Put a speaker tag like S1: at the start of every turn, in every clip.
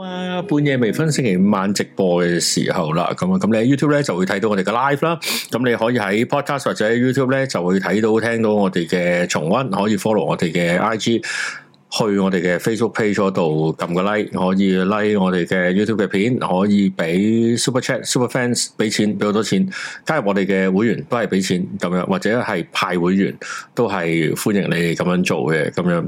S1: 啊半夜微醺星期五晚直播嘅時候啦，咁啊，咁你喺 YouTube 咧就會睇到我哋嘅 live 啦，咁你可以喺 podcast 或者喺 YouTube 咧就會睇到聽到我哋嘅重溫，可以 follow 我哋嘅 IG。去我哋嘅 Facebook page 嗰度撳個 like，可以 like 我哋嘅 YouTube 嘅片，可以俾 Super Chat、Super Fans 俾錢，俾好多錢，加入我哋嘅會員都係俾錢咁樣，或者係派會員都係歡迎你哋咁樣做嘅咁樣。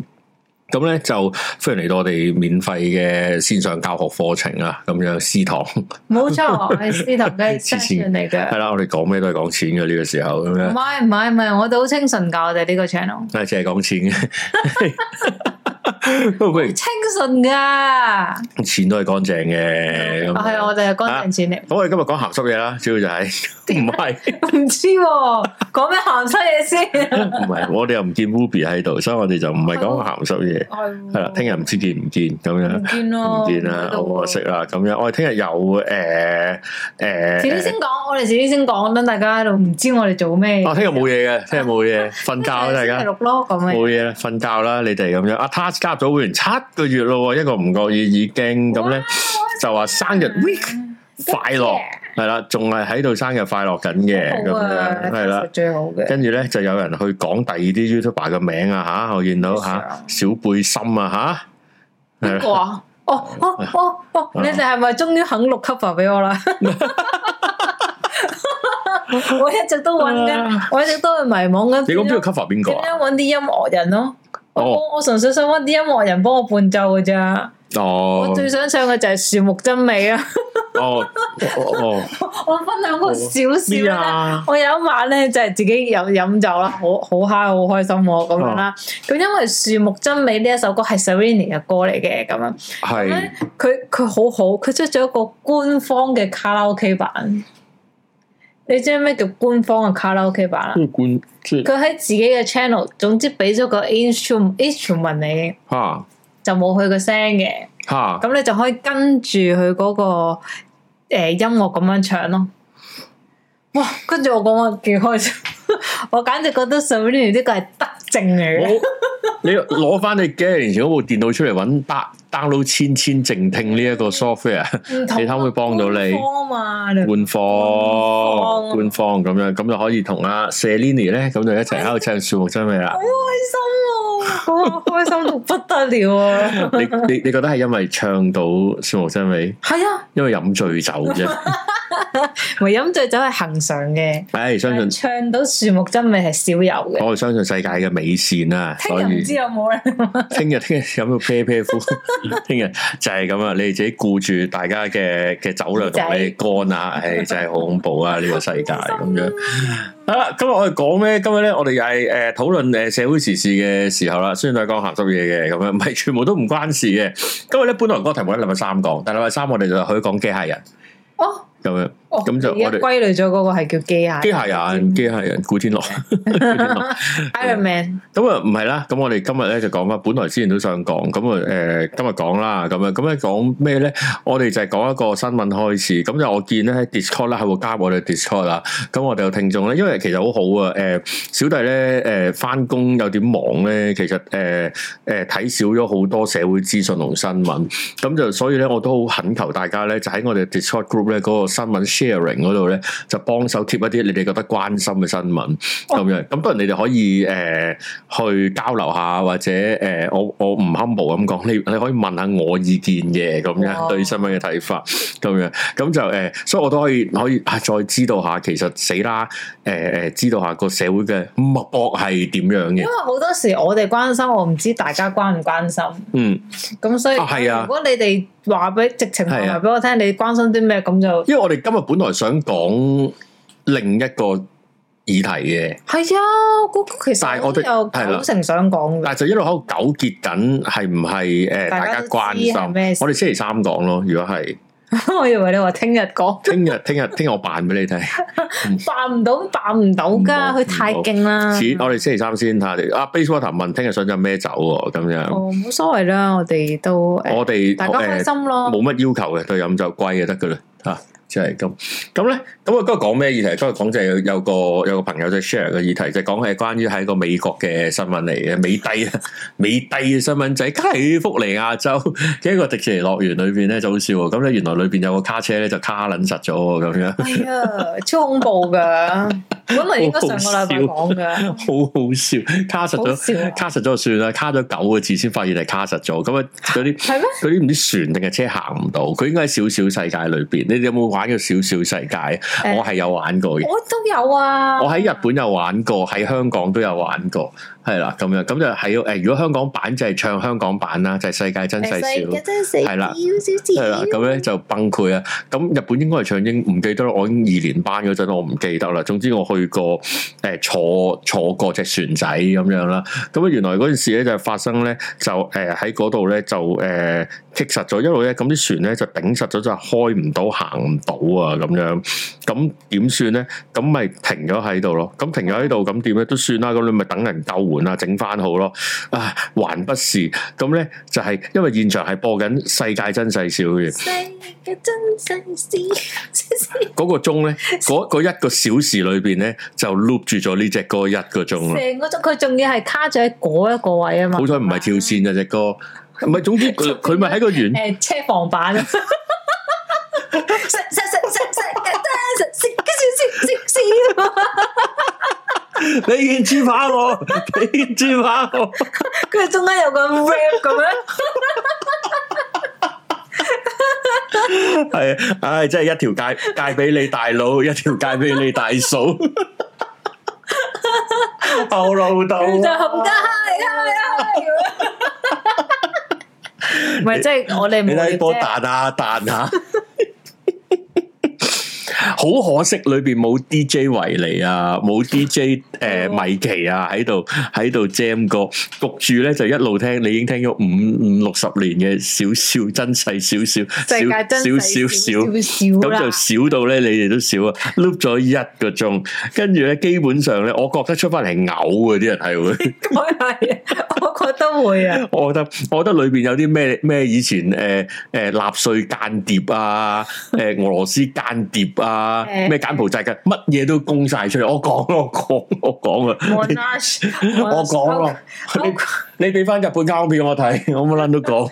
S1: 咁咧就歡迎嚟到我哋免費嘅線上教學課程啊，咁樣私堂
S2: 冇錯，我係司徒
S1: 黐
S2: 嘅
S1: 線
S2: session 嚟
S1: 係
S2: 嘅。
S1: 啦，我哋講咩都係講錢嘅呢個時候咁
S2: 唔
S1: 樣，
S2: 係唔係唔係，我哋好清純噶，我哋呢個 channel
S1: 係淨係講錢 嘅，不過不如
S2: 清純噶，
S1: 錢都係乾淨嘅。咁樣
S2: 係啊，我哋係乾淨錢 嚟。
S1: 咁我哋今日講鹹濕嘢啦，主要就係唔係
S2: 唔知喎講咩鹹濕嘢先？
S1: 唔係，我哋又唔見 Ruby 喺度，所以我哋就唔係
S2: 哦
S1: 講鹹濕嘢，
S2: 係
S1: 係啦，聽日唔知見唔見咁樣
S2: 哦唔，見咯，
S1: 唔見啦，好
S2: 뭐
S1: 可惜啦，咁樣，我哋聽日有呃誒
S2: 遲啲
S1: 誒，
S2: 先講，我哋遲啲先講，等大家喺度唔知我哋做咩。
S1: 哦我聽日冇嘢嘅，聽日冇嘢，瞓覺啊 啦，大
S2: 星期
S1: 家。
S2: 六咯，咁樣
S1: 冇嘢啦，瞓覺啦，你哋咁樣。阿 Task 加入咗會員七個月咯喎，一個唔覺意已經咁咧，就話生日
S2: 啊
S1: week 快樂係啦，仲係喺度生日快樂緊嘅咁
S2: 好啊
S1: 樣，係啦。
S2: 最好嘅。
S1: 跟住咧就有人去講第二啲 YouTuber 嘅名啊吓，我見到吓
S2: 上
S1: 小背心啊吓，係
S2: 邊
S1: 啦
S2: 個啊？哦哦哦哦！你哋係咪終於肯錄 cover 俾我啦？ 我一直都揾緊，我一直都係迷惘緊。
S1: 你講邊個 cover 邊個
S2: 點
S1: 啊？
S2: 樣揾啲音樂人咯？我
S1: 哦
S2: 我我純粹想揾啲音樂人幫我伴奏嘅咋。我
S1: 哦
S2: 最想唱嘅就係樹木真美啊！
S1: 哦哦
S2: 我分享個少少
S1: 咩
S2: 咧。
S1: 啊？
S2: 我有一晚咧，就係、自己有飲酒啦，好好嗨，好開心喎、咁樣
S1: 哦
S2: 啦。咁、因為《樹木真美》呢一首歌係 Serrini 嘅歌嚟嘅，咁樣
S1: 係
S2: 咧佢佢好好，佢出咗一個官方嘅卡拉 OK 版。你知唔知咩叫官方嘅卡拉 OK 版啊？
S1: 即係冠即係
S2: 佢喺自己嘅 channel，總之俾咗個 instrument instrument 你，
S1: 吓
S2: 就冇佢個聲嘅，
S1: 吓
S2: 咁你就可以跟住佢嗰個呃音樂咁樣唱咯。哇！跟住我講我幾開心， 我簡直覺得 s e r e n i 呢個係德政嚟嘅。
S1: 我你攞翻你幾廿年前嗰部電腦出嚟揾 down- download 千千靜聽呢一個 software
S2: 唔同
S1: 你睇可唔可以幫到你
S2: 官方啊嘛，你
S1: 官方
S2: 官
S1: 官方咁樣，咁就可以同阿 Selini 咧咁就一齊喺度唱樹木真美啦
S2: 好。開心喎、啊我開心到不得了啊！
S1: 你你你覺得係因為唱到樹木真美，
S2: 係啊，
S1: 因為飲醉酒啫？
S2: 唯飲醉酒係恒常嘅，
S1: 唉，相信
S2: 唱到樹木真美係少有嘅。
S1: 我哋相信世界嘅美善啦，
S2: 聽
S1: 所
S2: 日唔
S1: 以
S2: 知有冇啊咧？
S1: 聽日聽日飲到啤啤呼， 聽日就係咁啊！你哋自己顧住大家嘅嘅酒量同你肝 啊，唉，真係好恐怖啊！呢個世界咁樣。好啦，今日我哋講咩？今日咧，我哋又係誒討論誒社會時事嘅時候啦，雖然都係講鹹濕嘢嘅咁樣，唔係全部都唔關事嘅。啊今日咧本來嗰個題目咧禮拜三講，但係禮拜三我哋就去講機械人
S2: 哦，
S1: 咁樣。
S2: 哦
S1: 咁就
S2: 而家
S1: 我哋
S2: 歸類咗嗰個係叫機械
S1: 啊機械人，機械人，古天樂，古天樂。
S2: Iron Man，
S1: 咁啊，唔係啦，咁我哋今日咧就講翻，本來之前都想講，咁啊，誒、今日講啦，咁樣，咁咧講咩咧？我哋就係講一個新聞開始，咁就我見咧喺 Discord 啦，係會加入我哋 Discord 啦，咁我哋有聽眾咧，因為其實好好啊，誒、小弟咧，誒翻工有點忙咧，其實誒誒睇少咗好多社會資訊同新聞，咁就所以咧，我都好懇求大家咧，就喺我哋 Discord group 咧嗰個新聞 sharing 嗰度咧，就幫手貼一啲你哋覺得關心嘅新聞
S2: 哦
S1: 咁樣，咁當然你哋可以誒。呃去交流下，或者誒、呃我我唔 humble 咁講，你你可以問下我意見嘅咁
S2: 哇
S1: 樣對新聞嘅睇法咁樣，咁就誒、呃所以我都可以可以啊，再知道下其實死啦誒誒，知道下個社會嘅脈搏係點樣
S2: 因
S1: 嘅，
S2: 為好多時我哋關心，我唔知大家關唔關心，
S1: 嗯，
S2: 咁所以
S1: 啊係啊
S2: 如果你哋話俾直情話
S1: 係啊
S2: 埋俾我聽，你關心啲咩咁就
S1: 因為我哋今日本來想講另一個議題嘅。
S2: 係啊，嗰個其
S1: 但係
S2: 實
S1: 我哋係
S2: 有
S1: 啦
S2: 九成想講嘅，
S1: 但係就一路喺度糾結緊，係唔係誒大家
S2: 都知
S1: 關心？
S2: 係咩事
S1: 我哋星期三講咯，如果係
S2: 我以為你話聽日講，
S1: 聽日，聽日，聽日我扮俾你睇。
S2: 扮唔到，扮唔到㗎，
S1: 唔好
S2: 佢太勁啦。
S1: 似我哋星期三先睇下你啊，Basewater 問聽日想飲咩酒喎？咁樣
S2: 哦，冇所謂啦，我哋都誒，
S1: 我哋
S2: 大家開
S1: 誒
S2: 心咯。
S1: 冇乜要求嘅，對飲酒貴就得噶啦吓。即係咁。咁咧，咁我今日講咩議題？今日講就係有有個有個朋友就 share 個議題，就講係關於喺個美國嘅新聞嚟嘅，美帝啊， 美帝嘅新聞就係加利福尼亞州 嘅一個迪士尼樂園裏邊咧就好笑喎。咁咧原來裏邊有個卡車咧就卡撚實咗喎咁樣。
S2: 係啊，超恐怖噶！本來應該上個禮拜講噶，
S1: 好好笑，卡實
S2: 好笑啊
S1: 咗，卡實咗就算啦，卡咗九個字先發現係卡實咗，咁啊嗰啲
S2: 係咩？
S1: 嗰啲唔知船定係車行唔到，佢應該喺小小世界裏邊。你哋有冇玩過小小世界？我係有玩過嘅，
S2: 我都有啊，
S1: 我喺日本有玩過，喺香港都有玩過，係啦咁樣，咁就喺誒，如果香港版就係唱香港版啦，就係世界真細小。
S2: 真細
S1: 係啦係啦，咁咧就崩潰啊！咁日本應該係唱英，唔記得啦。我已經二年班嗰陣，我唔記得啦。總之我去過，誒、坐坐過隻船仔咁樣啦。咁啊，原來嗰件事咧就係發生咧，就誒喺嗰度咧就誒棘實咗，一路咧咁啲船咧就頂實咗，就開唔到，行唔到啊咁樣。咁點算咧？咁咪停咗喺度咯。咁停咗喺度，咁點咧都算啦。咁你咪等人救援啊，整翻好咯。啊，還不是咁咧，就係、因為現場係播緊《世界真細小》 嘅。
S2: 世界真細小，
S1: 嗰個鐘咧，嗰嗰一個小時裏邊咧，就 loop 住咗呢只歌一個鐘啦。
S2: 成個鐘佢仲要係卡咗喺嗰一個位啊嘛。
S1: 好彩唔係跳線啊，只歌。唔係，總之佢佢咪喺個園
S2: 誒車房版啊！
S1: 你件豬扒我，你件豬扒我，
S2: 跟住中間有個 rap 咁樣，
S1: 係啊，唉，真係一條街界俾你大佬，一條街俾你大嫂，後老豆
S2: 跟住就冚家
S1: 啊。
S2: 嗨嗨嗨！唔係，即係我哋
S1: 你
S2: 冇
S1: 睇波
S2: 啫。
S1: 彈下彈下，好可惜裏邊冇 DJ 維尼啊，冇 DJ 誒、米奇啊喺度喺度 jam 歌，焗住咧就一路聽，你已經聽咗五五六十年嘅少少真細少少少
S2: 世界真
S1: 少少少。
S2: 細少少
S1: 咁
S2: 啦
S1: 就，少到咧，你哋都少啊碌咗一個鐘，跟住咧基本上咧，我覺得出翻嚟嘔嘅啲人係會。
S2: 我係我覺得會啊，
S1: 我覺得，我覺得裏邊有啲咩咩以前誒誒納粹間諜啊，誒、俄羅斯間諜啊，
S2: 誒
S1: 咩柬埔寨嘅乜嘢都供晒出嚟。我講咯，我講，我講啊，你
S2: Monash，
S1: 我講咯，你你俾翻日本膠片我睇，我冇撚都講，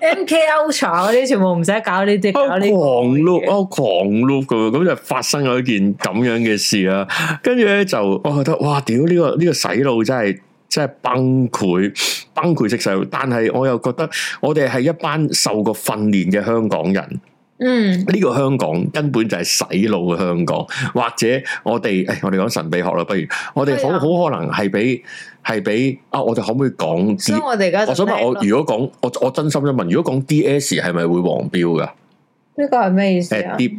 S2: M K Ultra 嗰啲全部唔使搞呢啲，
S1: 我
S2: 搞
S1: 哦狂
S2: 啊呢啲
S1: loop，我狂 loop 嘅喎，咁就發生咗一件咁樣嘅事啊。跟住咧就，我覺得哇，屌呢、個呢、個洗腦真係真係崩潰，崩潰式洗腦。但係我又覺得我哋係一班受過訓練嘅香港人。
S2: 嗯，
S1: 呢個香港根本就係洗腦嘅香港，或者我哋誒，我哋講神秘學啦，不如我哋好
S2: 係啊
S1: 好可能係俾係俾啊，我哋可唔可以講
S2: 所
S1: D？
S2: 以我哋而家就
S1: 我想問我
S2: 叻咯
S1: 如果講我我真心想問，如果講 DS 係咪會黃標噶？
S2: 呢個係咩意思啊
S1: 誒？啲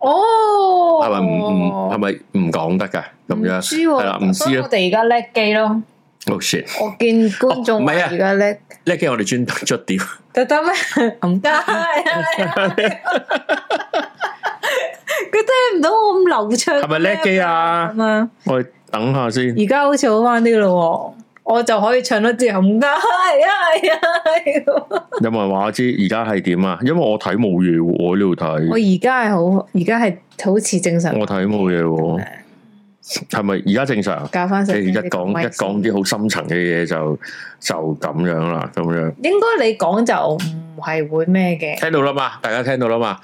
S2: 哦，
S1: 係咪啊唔唔係咪唔講得噶？咁
S2: 唔
S1: 樣
S2: 知喎
S1: 係啦唔知啊
S2: 所以我哋而家叻機咯，
S1: 哦 shit！
S2: 我見觀眾
S1: 哦唔係啊
S2: 而家叻，
S1: 呢嘅我哋專登出 碟，
S2: 得得咩？唔得，佢聽唔到我咁流暢，
S1: 係咪叻機啊？
S2: 咁啊！
S1: 我哋等下先。
S2: 而家好似好翻啲咯喎，我就可以唱得啲唔得，係啊係啊係啊！
S1: 有冇人話我知而家係點啊？因為我睇冇嘢喎，我呢度
S2: 我
S1: 睇，
S2: 而家係好，而家係好似正常，
S1: 我睇冇嘢喎，係咪而家正常？
S2: 教翻
S1: 即係
S2: 細聲
S1: 一
S2: 啲
S1: 講
S2: 咪
S1: 一講啲好深層嘅嘢就就咁樣啦，咁樣
S2: 應該你講就唔係會咩嘅，
S1: 聽到啦嘛，大家聽到啦嘛。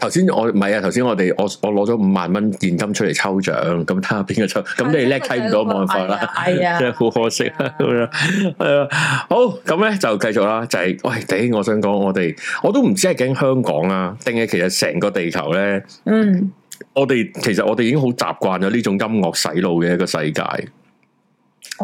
S1: 頭先我唔係啊，頭先我哋我我攞咗五萬蚊現金出嚟抽獎，咁睇下邊個抽，咁你
S2: 啊
S1: 叻睇唔到冇辦法啦，
S2: 係啊，
S1: 真係好可惜啊咁樣。係啊，好咁咧就繼續啦，就係、喂頂，我想講我哋我都唔知係驚香港啊，定係其實成個地球咧，
S2: 嗯，
S1: 我哋其實我哋已經好習慣咗呢種音樂洗腦嘅一個世界。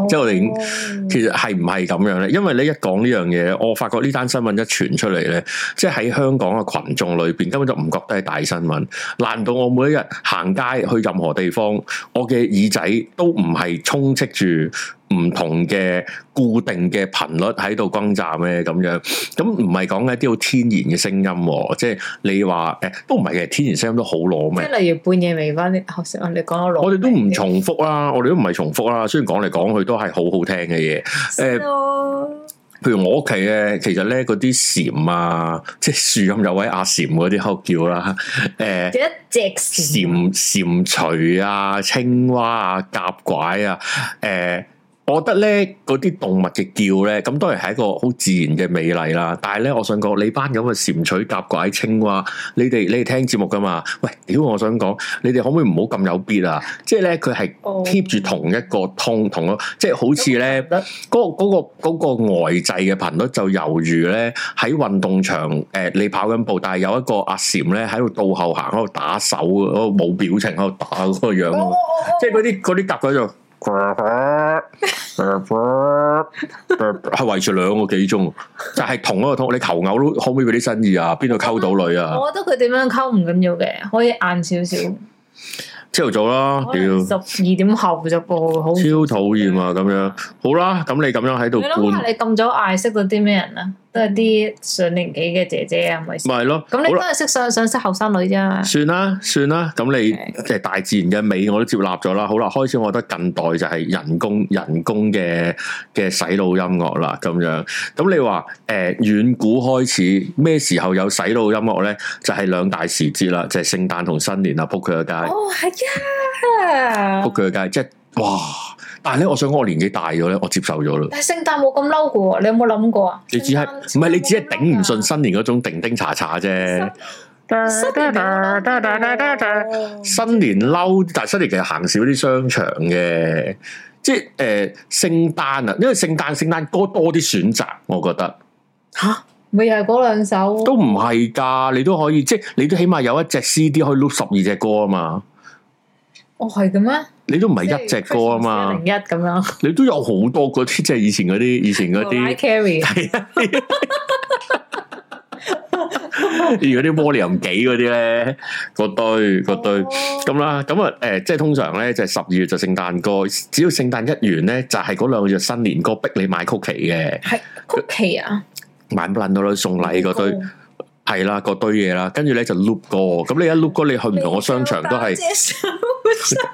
S1: 即係我哋已經
S2: 哋
S1: 其實係唔係咁樣咧？因為你一講呢樣嘢，我發覺呢單新聞一傳出嚟咧，即係喺香港嘅群眾裏邊根本就唔覺得係大新聞。難道我每一日行街去任何地方，我嘅耳仔都唔係充斥住唔同嘅固定嘅頻率喺度轟炸咩？咁樣咁唔係講緊一啲好天然嘅聲音喎，即係你話誒都唔係嘅，天然聲音都好攞
S2: 即
S1: 命。
S2: 係例如半夜微醺啲，頭先你講我攞，
S1: 我哋都唔重複啦，我哋都唔係重複啦。雖然講嚟講去都係好好聽嘅嘢。誒
S2: 誒，
S1: 譬如我屋企咧，其實咧嗰啲蟬啊，即係樹蔭有位阿蟬嗰啲喺度叫啦，誒、
S2: 就一隻
S1: 蟾
S2: 蟬
S1: 蟾蜍啊、青蛙啊、甲拐啊，誒、我覺得咧嗰啲動物嘅叫咧，咁當然係一個好自然嘅美麗啦。但係咧，我想講你班咁嘅蟾蜍、甲拐、青蛙，你哋你哋聽節目噶嘛？喂，屌！我想講，你哋可唔可以唔好咁有 beat 啊？即係咧，佢係
S2: 哦
S1: keep 住同一個通同咯，即係好似咧。嗰嗰、個嗰、個呆滯嘅頻率就猶如咧喺運動場誒、呃你跑緊步，但係有一個阿蟬咧喺度倒後行，喺度打手，嗰個冇表情喺度打嗰個樣
S2: 哦哦
S1: 咯，
S2: 哦
S1: 即係嗰啲嗰啲夾鬼就。係維持兩個幾鐘，就係同一個通。你求偶都可唔可以俾啲新意啊？邊度溝到女啊？
S2: 我覺得佢點樣溝唔緊要嘅，可以晏少少，
S1: 朝頭早啦，
S2: 可
S1: 屌，
S2: 能十二點後就播好。
S1: 超討厭啊！咁樣好啦，咁你咁樣喺度
S2: 你諗
S1: 灌
S2: 下，，你咁早嗌識到啲咩人啊？都係啲上年紀嘅姐姐啊，係咪先？
S1: 咪係咯。
S2: 咁
S1: 好
S2: 你
S1: 啦
S2: 都係識上上識後生女啫嘛。
S1: 算啦，算啦，咁你即係大自然嘅美我都接納咗啦。好啦，開始我覺得近代就係人工人工嘅嘅洗腦音樂啦，咁樣。咁你話誒、呃、遠古開始咩時候有洗腦音樂咧？就係、兩大時節啦，就係、聖誕同新年啦，啊撲佢個街，
S2: 哦，係啊
S1: 撲，佢個街，即係哇！但係咧，我想講我年紀大咗咧，我接受咗啦。
S2: 但係聖誕冇咁嬲嘅喎，你有冇諗過啊？
S1: 你只係唔係你只係頂唔順新年嗰種叮叮查查啫。
S2: 新年冇嬲嘅喎
S1: 新年嬲，但係新年其實行少啲商場嘅，即係誒聖誕啊，因為聖誕聖誕歌多啲選擇，我覺得
S2: 吓，咪又係嗰兩首。
S1: 都唔係㗎，你都可以即係你都起碼有一隻 CD 可以 loop 十二隻歌啊嘛，
S2: 哦，係嘅咩？
S1: 你都唔係一隻歌啊嘛
S2: 零，一咁樣。
S1: 你都有好多嗰啲即係以前嗰啲以前嗰啲
S2: carry
S1: 係啊。而嗰啲 volume 幾嗰啲咧，嗰堆嗰堆，咁啦，咁啊，誒、即係通常咧，就係十二月就聖誕歌，只要聖誕一完咧，就係嗰兩個月新年歌逼你買曲奇嘅，
S2: 係曲奇啊，
S1: 買乜撚到啦，送禮嗰堆，係啦，嗰堆嘢啦，跟住咧就 loop 歌，咁你一 loop 歌，你去唔同個
S2: à?
S1: 商場都 係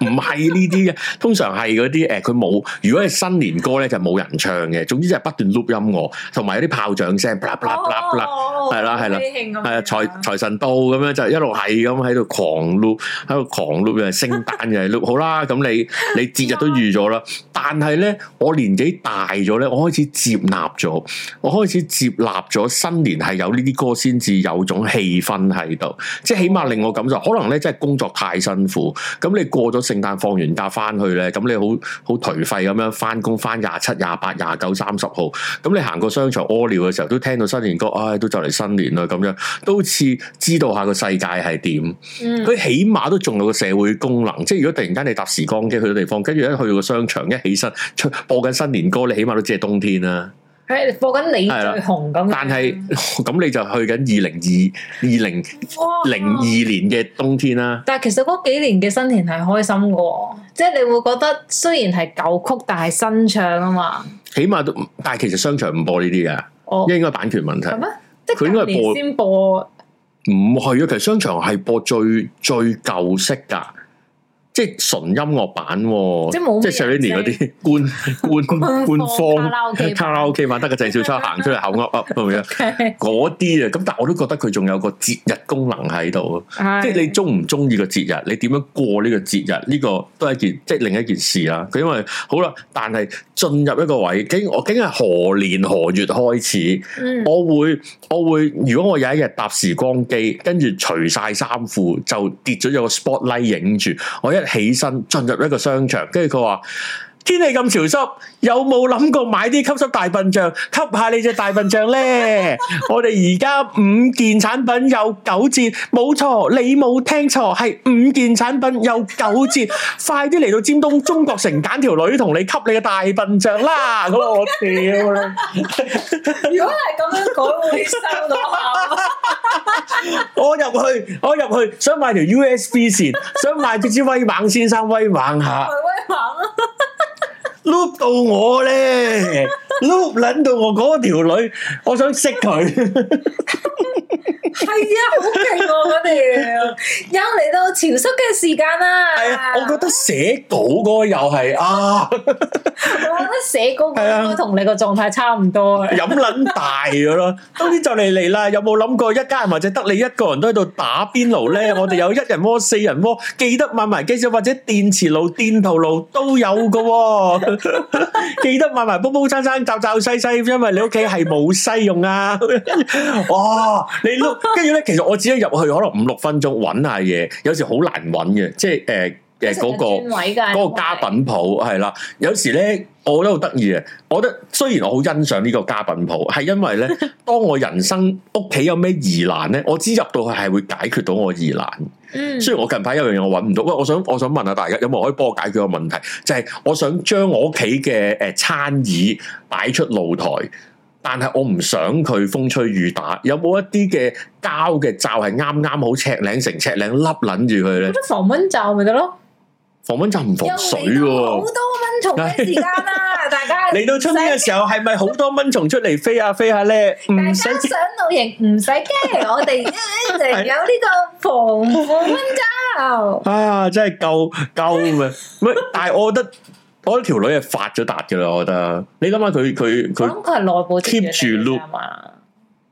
S1: 唔係呢啲嘅，通常係嗰啲誒，佢冇，如果係新年歌咧就冇人唱嘅，總之就係不斷 loop 音樂，同埋有啲炮仗聲，啦啦啦啦。
S2: 啦
S1: 係啦係啦
S2: 係
S1: 係啊，財財神到咁樣就一路係咁喺度狂 loop，喺度狂 loop 嘅聖誕又係 loop，好啦，咁你你節日都預咗啦。但係咧，我年紀大咗咧，我開始接納咗，我開始接納咗新年係有呢啲歌先至有種氣氛喺度，即係起碼令我感受。可能咧真係工作太辛苦，咁你過咗聖誕放完假翻去咧，咁你好好頹廢咁樣翻工翻廿七、廿八、廿九、三十號，咁你行過商場屙尿嘅時候都聽到新年歌，唉、都就嚟新年啦咁樣。都好似知道下個世界係點，
S2: 嗯
S1: 佢起碼都仲有個社會功能。即係如果突然間你搭時光機去到地方，跟住一去到個商場，一起身出播緊新年歌，你起碼都知係冬天啦。
S2: 係播緊你最紅咁樣。
S1: 但係 咁你就去緊二零二二零
S2: 哇
S1: 零二年嘅冬天啦。
S2: 但係其實嗰幾年嘅新年係開心嘅喎，即係你會覺得雖然係舊曲，但係新唱啊嘛。
S1: 起碼都，但係其實商場唔播呢啲㗎，
S2: 哦，
S1: 因為應該版權問題
S2: 係。咩？即
S1: 佢應該
S2: 係
S1: 係
S2: 近年
S1: 播
S2: 先播，
S1: 唔係啊，其實商場係播最最舊式㗎，即係純音樂版喎，
S2: 即係冇
S1: 即係
S2: 咩
S1: 上一年嗰啲官官
S2: 官方
S1: 官方
S2: 卡拉 OK 版
S1: 卡拉 OK 版，得個鄭少秋行出嚟口噏噏咁樣嗰啲啊，咁但係我都覺得佢仲有個節日功能喺度，
S2: 即
S1: 即係你中唔中意個節日，你點樣過呢個節日，呢、個都係一件即係另一件事啦。佢因為好啦，但係進入一個位，竟我竟係何年何月開始？
S2: 嗯
S1: 我會我會，如果我有一日搭時光機，跟住除晒衫褲，就跌咗有個 spotlight 影住，我一起身進入一個商場，跟住佢話。天氣咁潮濕，有冇諗過買啲吸濕大笨象，吸下你隻大笨象咧？我哋而家五件產品有九折，冇錯，你冇聽錯，係五件產品有九折，快啲嚟到尖東中國城揀條女同你吸你嘅大笨象啦！咁我屌啦！
S2: 如果係咁樣講，會收到下。
S1: 我入去，我入去，想買條 USB 線，想買支威猛先生威猛下
S2: 威威猛啊！
S1: ，loop 到我咧，loop 捻到我嗰條女，我想識佢，
S2: 係啊，好勁喎！我哋又嚟到潮濕嘅時間啦。
S1: 係啊，我覺得寫稿嗰個又係啊，
S2: 我覺得寫嗰個
S1: 係啊
S2: 應該同你個狀態差唔多嘅。
S1: 飲撚大咗 咯，當然就嚟嚟啦！有冇諗過一家人或者得你一個人都喺度打邊爐咧？ 我哋有一人鍋、四人鍋，記得買埋機燒或者電磁爐、電陶爐都有嘅喎、 記得買埋煲煲餐餐、罩罩西西，因為你屋企係冇西用啊！ 哦，你碌跟住咧，其實我只要入去可能五六分鐘揾下嘢，有時好難揾嘅，即係誒誒嗰個。
S2: 專位㗎
S1: 嗰個家品鋪係啦，有時咧，我覺得好得意嘅。啊我覺得雖然我好欣賞呢個家品鋪，係因為咧，當我人生屋企有咩疑難咧，我知入到去係會解決到我疑難。
S2: 嗯，
S1: 雖然我近排有樣嘢我揾唔到，喂，我想我想問下大家，有冇人可以幫我解決個問題？就係、我想將我屋企嘅誒餐椅擺出露台。但係我唔想佢風吹雨打，有冇一啲嘅膠嘅罩係啱啱好尺領成尺領笠撚住佢咧？
S2: 咁防蚊罩咪得咯，
S1: 防蚊罩唔防水喎、
S2: 又嚟到好多蚊蟲嘅時間啦，大 家
S1: 嚟到春天嘅時候，係咪好多蚊蟲出嚟飛下飛下咧？
S2: 大家
S1: 唔使
S2: 想露營唔使驚，我哋一直有呢個防護蚊罩。
S1: 啊！真係夠夠啊！ 唔係，但係我覺得，我覺得條女係發咗達嘅啦。我覺得你諗下佢佢
S2: 我
S1: 佢，
S2: 諗佢係內部
S1: keep 住 loop
S2: 嘛，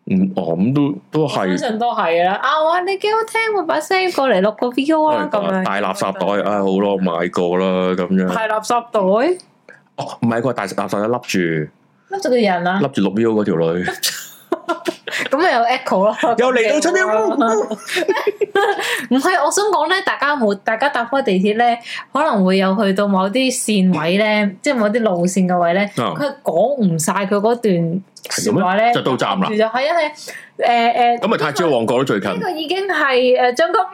S1: 嗯，哦咁都都
S2: 相
S1: 係
S2: 信都係啦。啊，哇，你幾好聽喎，把聲過嚟錄個 video 啦，咁樣
S1: 哎大垃圾袋啊！好咯，買過啦咁樣。
S2: 係垃圾袋，
S1: 哦，唔係個大垃圾袋笠住
S2: 笠咗個人啊，
S1: 笠住綠腰嗰條 女，
S2: 咁咪有 echo 咯。
S1: 又嚟到春天。
S2: 唔係，我想講咧，大家冇，大家搭開地鐵咧，可能會有去到某啲線位咧，
S1: 嗯
S2: 即係某啲路線嘅位咧，
S1: 啊
S2: 佢係講唔晒佢嗰段
S1: 係
S2: 説話
S1: 咁
S2: 咧
S1: 咧，，就到站啦嗯
S2: 住。就係啊，係誒誒，
S1: 咁咪太子旺角咯，最近
S2: 呢。個已經係誒將個嗯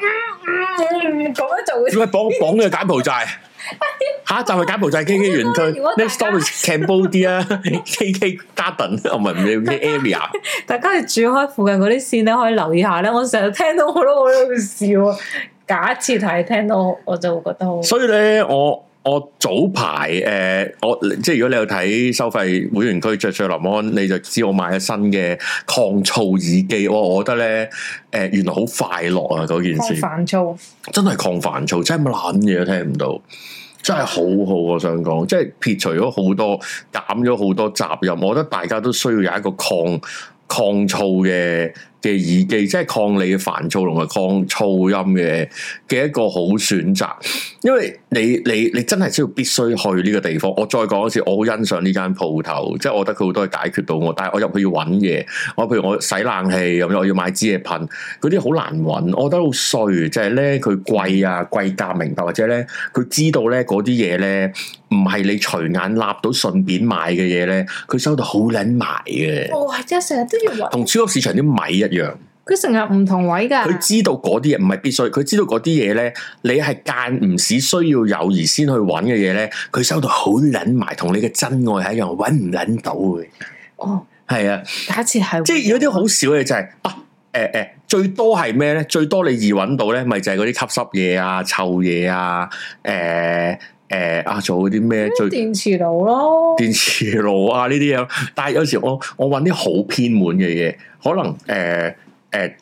S2: 嗯咁樣做
S1: 點解綁綁佢去柬埔寨？下一站係柬埔寨 K K 園區
S2: 如果大家
S1: ，next stop is Cambodia K K Garden，哦唔係唔係唔係 area。
S2: 大家係住開附近嗰啲線咧，可以留意下咧。我成日聽到我都好好笑啊！假設係聽到，我就會覺得好。
S1: 所以咧，我我早排誒、呃我即係如果你有睇收費會員區着着林安，你就知我買咗新嘅抗噪耳機。我我覺得咧，誒、原來好快樂啊！嗰件
S2: 好
S1: 事
S2: 煩躁，
S1: 真係抗煩躁，真係乜撚嘢都聽唔到。真係好好，我想講，即係撇除咗好多，減咗好多雜音。我覺得大家都需要有一個抗抗噪嘅嘅耳機，即係抗你嘅煩躁同埋抗噪音嘅嘅一個好選擇。因為你你你真係需要必須去呢個地方。我再講一次，我好欣賞呢間鋪頭，即係我覺得佢好多嘢解決到我。但係我入去要揾嘢，我譬如我洗冷氣咁樣，我要買支嘢噴，嗰啲好難揾。我覺得好衰，就係咧佢貴啊，貴價明白，或者咧佢知道咧嗰啲嘢咧唔係你隨眼揦到順便買嘅嘢咧，佢收到好撚埋嘅，
S2: 我哦係真係成日都要揾
S1: 同超級市場啲米一樣。
S2: 佢成日唔同位㗎。
S1: 佢知道嗰啲嘢唔係必須，佢知道嗰啲嘢咧，你係間唔時需要有而先去揾嘅嘢咧，佢收到好撚埋，同你嘅真愛係一樣，揾唔撚到嘅。
S2: 哦，
S1: 係啊，
S2: 假設係
S1: 即係如果啲好少嘅就係、啊，誒、誒、最多係咩咧？最多你易揾到咧，咪就係嗰啲吸濕嘢啊、臭嘢啊、誒、誒啊，做嗰啲咩最
S2: 電磁爐咯，
S1: 電磁爐啊呢啲嘢，但係有時我我揾啲好偏門嘅嘢，可能誒誒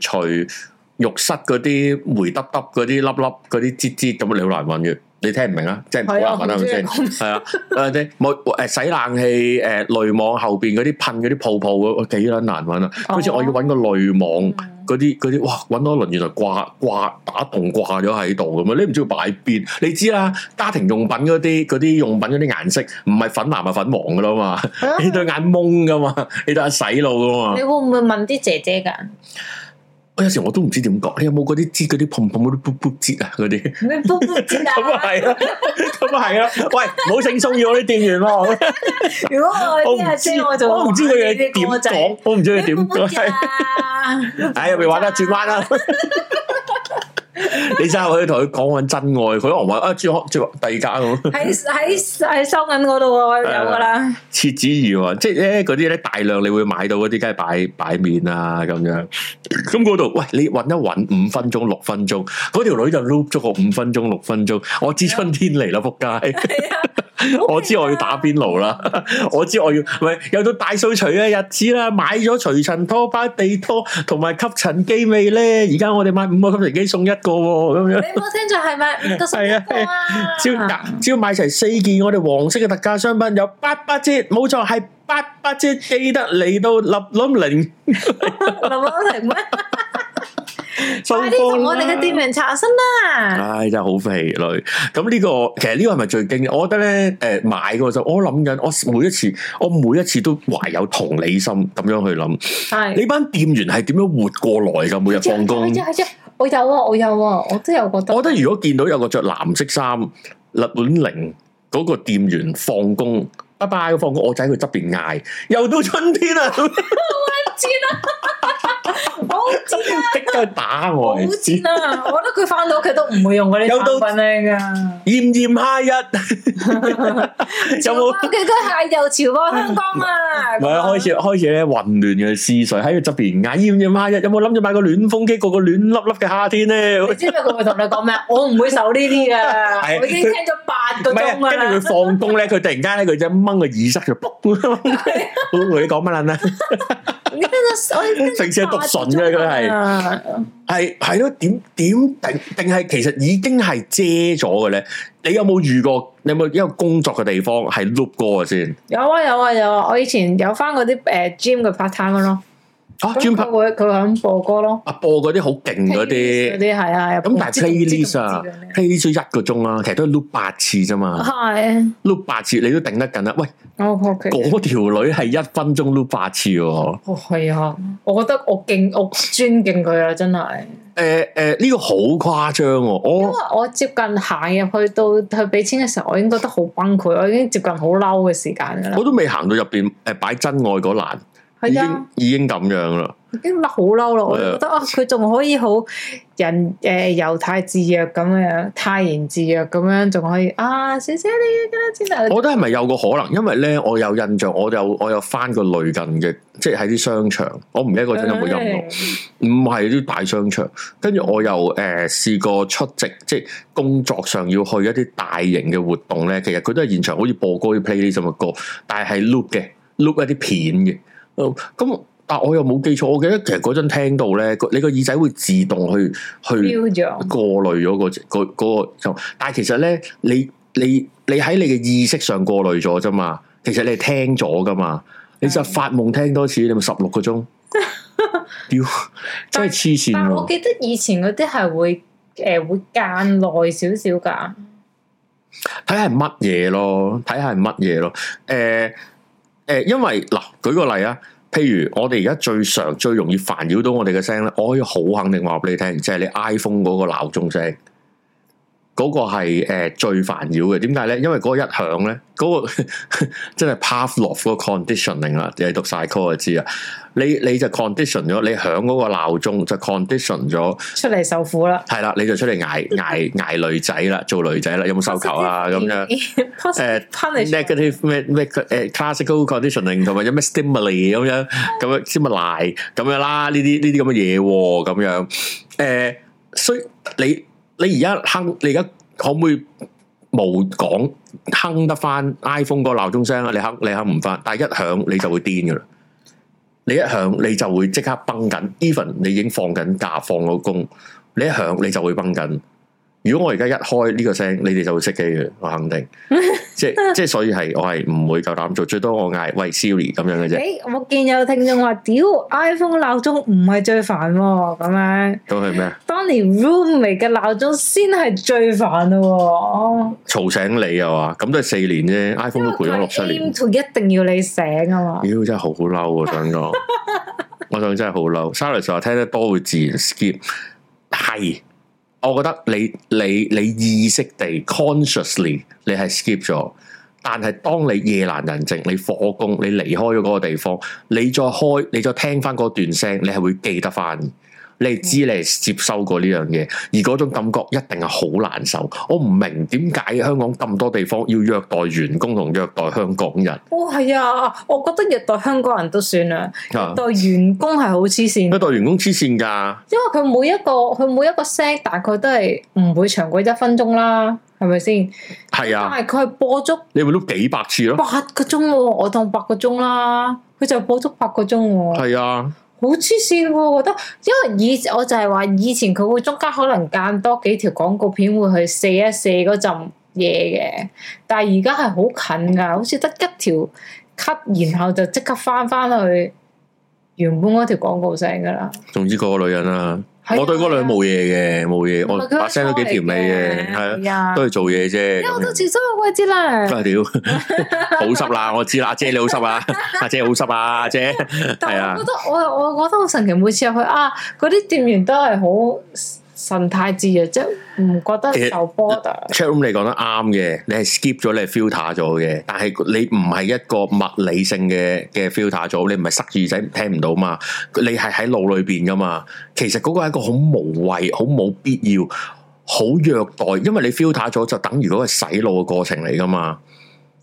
S1: 除除浴室嗰啲霉耷耷嗰啲粒粒嗰啲擠擠咁，你好難揾嘅。你聽唔明啊？即係好
S2: 係啊，
S1: 難揾啊，係咪先？
S2: 唔知你講
S1: 係啊，誒即係冇誒洗冷氣誒濾網後邊嗰啲噴嗰啲泡泡，我幾撚難揾啊！好似我要揾個濾網。
S2: 哦嗯
S1: 嗰啲嗰啲，哇！揾多輪原來掛掛打洞掛咗喺度咁啊！你唔知要擺邊？你知啦，家庭用品嗰啲嗰啲用品嗰啲顏色唔係粉藍係粉黃噶啦嘛，
S2: 係啊
S1: 你對眼蒙噶嘛，你對眼洗腦噶嘛。
S2: 你會唔會問啲姐 姐㗎？
S1: 我有時我都唔知點講，你有冇嗰啲擠嗰啲碰碰嗰啲卜卜擠啊嗰啲？
S2: 你都唔知啊！
S1: 咁啊係啦，咁啊係啦，喂，唔好整鬆要我啲店員咯，我
S2: 如果我
S1: 我
S2: 有
S1: 唔
S2: 啲阿
S1: 知
S2: 姐，我就
S1: 我唔知佢嘢點講，我唔知佢
S2: 你
S1: 點
S2: 點
S1: 講。哎
S2: 講？
S1: 唉，入邊玩得轉彎啦。你真係可以同佢講揾真愛，佢可能話啊轉開轉第二間咁，
S2: 喺喺喺收銀嗰度喎，有㗎啦。
S1: 切子魚啊，即係咧嗰啲咧大量你會買到嗰啲，梗係擺擺面啊咁樣。咁嗰度喂，你揾一揾五分鐘六分鐘，嗰條女就 loop 咗個五分鐘六分鐘，我知春天嚟啦，仆街！
S2: 係啊，
S1: 我知我要打邊爐啦， 我知我要喂有到大掃除嘅日子啦，買咗除塵拖把、地拖同埋吸塵機未咧？而家我哋買五個吸塵機送一個喎，咁樣。
S2: 你冇聽錯係咪？個
S1: 係啊
S2: 十個啊，
S3: à.
S1: 只要打只要買齊四件我哋黃色嘅特價商品，有八八折，冇錯係八八折，記得嚟到立冧零
S2: 林寶婷咩？
S1: 收
S2: 快啲同
S1: 工
S2: 我哋嘅店
S1: 啦。
S2: 員查詢
S3: à.
S2: 啦！
S1: 唉，真係好肥女。咁呢、個其實呢個係咪最經典？我覺得咧，誒、買嗰個就我諗緊，我每一次我每一次都懷有同理心咁樣去諗，
S2: 係
S1: 你班店員係點樣活過來㗎？每日放工。
S2: 係啊係啊，我有啊，我有啊，我都有覺得。
S1: 我覺得如果見到有個着藍色衫、日本零嗰個店員放工，拜拜放工，我仔喺佢側邊嗌，又到春天啊啦，
S2: 知啦，好知啊，
S1: 即刻打我
S2: 好，知啦！我覺得佢翻到屋企都唔會用嗰啲
S1: 有到
S2: 產品嚟噶。
S1: 炎炎夏日，有冇？
S3: 啊
S2: 佢都係又潮過香港
S3: à.
S2: 啊！
S1: 唔係啊開始開始咧混亂嘅思緒喺佢側邊嗌炎炎夏日，有冇諗住買個暖風機過個暖粒粒嘅夏天咧？
S2: 你知唔知佢會同你講咩？我唔會守呢啲
S1: 係
S2: 噶，我已經聽咗八個
S1: 唔係啊，
S2: 鐘噶
S1: 跟
S2: 啦
S1: 住。佢放工咧，佢突然間咧，佢隻掹個耳塞就卜，佢講乜撚咧？
S2: 我已經聽咗我已經聽咗
S1: 成次係讀唇嘅佢
S2: 啊
S1: 係
S2: 八個
S1: 係係
S2: 鐘㗎啦
S1: 咯，點點定定係其實已經係遮咗嘅咧？你有冇遇過？你有冇一個工作嘅地方係 loop 過嘅先？
S2: 有啊有啊有啊！我以前有翻嗰啲誒 gym 嘅 part time 咯，
S1: 啊，
S2: 咁
S1: 專拍
S2: 佢會佢會咁播歌咯，
S1: 啊播嗰啲好勁嗰
S2: 嗰
S1: 啲，
S2: 啲係啊。
S1: 咁但係 playlist 啊
S2: 我知道我知道啊我知道
S1: ，playlist 一個鐘啦，其實都係 loop 八次啫嘛
S2: 係
S1: ，loop 八次你都頂得緊啦。喂，
S2: 我 OK。
S1: 嗰條女係一分鐘 loop 八次喎。
S2: 哦，係啊，我覺得我敬我尊敬佢啊，真係，
S1: 誒誒，呢個好誇張喎，
S2: 因為
S1: 我
S2: 我接近行入去到去俾錢嘅時候，我已經覺得好崩潰，我已經接近好嬲嘅時間㗎啦
S1: 我，都未行到入邊誒擺真愛嗰欄，已
S2: 係啊
S1: 經，已經咁樣啦。
S2: 已經好嬲啦，我就覺得啊，佢仲可以好人誒、呃、猶太自若咁樣，泰然自若咁樣，仲可以啊，小姐你嘅啦，知道
S1: 我覺得係咪有個可能？因為咧，我有印象，我有我有翻過類近嘅，即係喺啲商場，我唔記得嗰陣有冇印到，唔係啲大商場。跟住我又誒、呃、試過出席，即係工作上要去一啲大型嘅活動咧，其實佢都係現場好似播歌啲 play 呢啲咁嘅歌，但係係 loop 嘅，loop 一啲片嘅。哦咁、但我又冇記錯，我記得其實嗰陣聽到咧，個你個耳仔會自動去去。
S2: 標咗，
S1: 過濾咗個嗰嗰個就，但係其實咧，你你你喺你嘅意識上過濾咗啫嘛，其實你係聽咗噶嘛，你就發夢聽多次，你咪十六個 鐘，屌真係黐線
S2: 但我
S1: 喎！
S2: 記得以前嗰啲係會誒、呃、會間耐少少㗎，
S1: 睇下係乜嘢咯，睇下係乜嘢咯，誒、誒、因為嗱，舉個例啊。譬如我哋而家最常、最容易煩擾到我哋嘅聲咧，我可以好肯定話俾你聽，就係、你 iPhone 嗰個鬧鐘聲，嗰、個係、呃、最煩擾嘅。點解咧？因為嗰個一響咧，嗰、個 真係 Pavlov 嗰個 conditioning 啦，你讀晒 call 就知啦。你你就 condition 咗，你響嗰個鬧鐘就 condition 咗，
S2: 出嚟受苦啦。
S1: 係啦，你就出嚟捱捱捱女仔啦，做女仔啦，有冇受求啊？咁樣。
S2: 誒
S1: negative 咩咩誒 classical conditioning 同埋有咩 stimuli 咁樣咁樣 stimuli 咁樣啦，呢啲呢啲咁嘅嘢喎，咁樣誒，所以你你而家哼，你而家可唔可以冇講哼得翻 iPhone 個鬧鐘聲啊？你哼你哼唔翻，但係一響你就會癲噶啦。你一響你就會即刻崩緊，even 你已經放緊假放咗工，你一響你就會崩緊。如果我而家一開呢個聲，你哋就會熄機嘅，我肯定。即係即係，所以係我係唔會夠膽做，最多我嗌喂 Siri 咁樣嘅 啫，
S2: 誒，我見有聽眾話：屌 iPhone 鬧鐘唔係最煩喎，咁樣
S1: 咁係咩啊？
S2: 當年 roommate 嘅鬧鐘先係最煩咯
S1: 嘈醒你啊嘛，咁都係四年啫
S2: 喎，因
S1: ，iPhone
S2: 為
S1: 都陪咗六七年，
S2: 佢 aim to 一定要你醒啊嘛。
S1: 妖真係好嬲啊！想講，我想真係好嬲。Sally 話聽得多會自然 skip，係，我覺得你你你意識地 consciously 你係 skip 咗，但係當你夜闌人靜，你放工，你離開咗嗰個地方，你再開，你再聽翻嗰段聲，你係會記得翻。你係知你係接收過呢樣嘢，而嗰種感覺一定係好難受。我唔明點解香港咁多地方要虐待員工同虐待香港人
S2: 哦，係啊，我覺得虐待香港人都算啦，
S1: 啊
S2: 虐！待員工係好黐線，因
S1: 虐
S2: 為
S1: 待員工黐線㗎，
S2: 佢每一個佢每一個 set 大概都係唔會長過一分鐘啦，係咪先？
S1: 係
S2: 但
S1: 啊，
S2: 係佢係播足
S1: 你會碌幾百次咯，
S2: 八個鐘喎，我當八個鐘啦，佢就播足八個鐘喎。
S1: 係啊，
S2: 好黐線喎！我覺得，因為以前我就係話以前佢會中間可能間多幾條廣告片會去射一射嗰陣嘢嘅，但係而家係好近㗎，好似得一條 cut，然後就即刻翻翻去原本嗰條廣告線㗎啦。
S1: 總之嗰個女人啦、
S2: 係啊
S1: 我對嗰個女人冇嘢嘅，冇嘢，
S2: 唔
S1: 我
S2: 係佢
S1: 把聲都幾甜美嘅，係啊，
S2: 係啊
S1: 都，係做嘢啫。
S2: 因為我
S1: 咁
S2: 都
S1: 樣
S2: 潮濕嘅位 置啦，
S1: 啊屌，好濕啦！我知啦，阿姐你好濕啊，阿姐好濕啊，阿姐
S2: 但
S1: 係
S2: 係
S1: 啊
S2: 我覺，得我我覺得好神奇，每次入去啊，嗰啲店員都係好神態自若，即係唔覺得受波 o
S1: chat room 你講得啱嘅，你係 skip 咗，你係 filter 咗嘅，但係你唔係一個物理性嘅嘅 filter 咗，你唔係塞住耳仔聽唔到嘛，你係喺腦裏邊噶嘛。其實嗰個係一個好無謂、好冇必要、好虐待，因為你 filter 咗就等於嗰個洗腦嘅過程嚟噶嘛。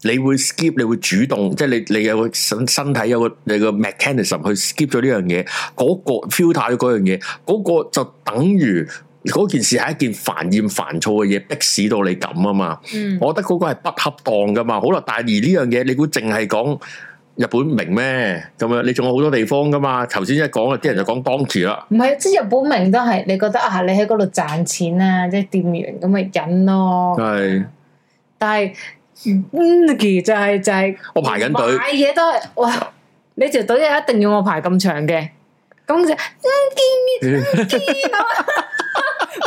S1: 你會 skip，你會主動，即係你你有個身身體有個你個 mechanism 去 skip 咗呢樣嘢，嗰、個 filter 咗嗰樣嘢，嗰、個就等於嗰件事係一件煩厭煩躁嘅嘢，逼使到你咁啊嘛。
S2: 嗯。
S1: 我覺得嗰個係不恰當噶嘛。好啦，但係而呢樣嘢，你估淨係講日本明咩？咁樣你仲有好多地方噶嘛。頭先一講啦，啲人就講當時啦。
S2: 唔係，即係日本名都係你覺得啊，你喺嗰度賺錢啊，即係店員咁咪忍咯。
S1: 係
S2: 但係 n i 就係、就係、
S1: 我排緊隊
S2: 買嘢都係哇！你條隊一定要我排咁長嘅，咁就 n i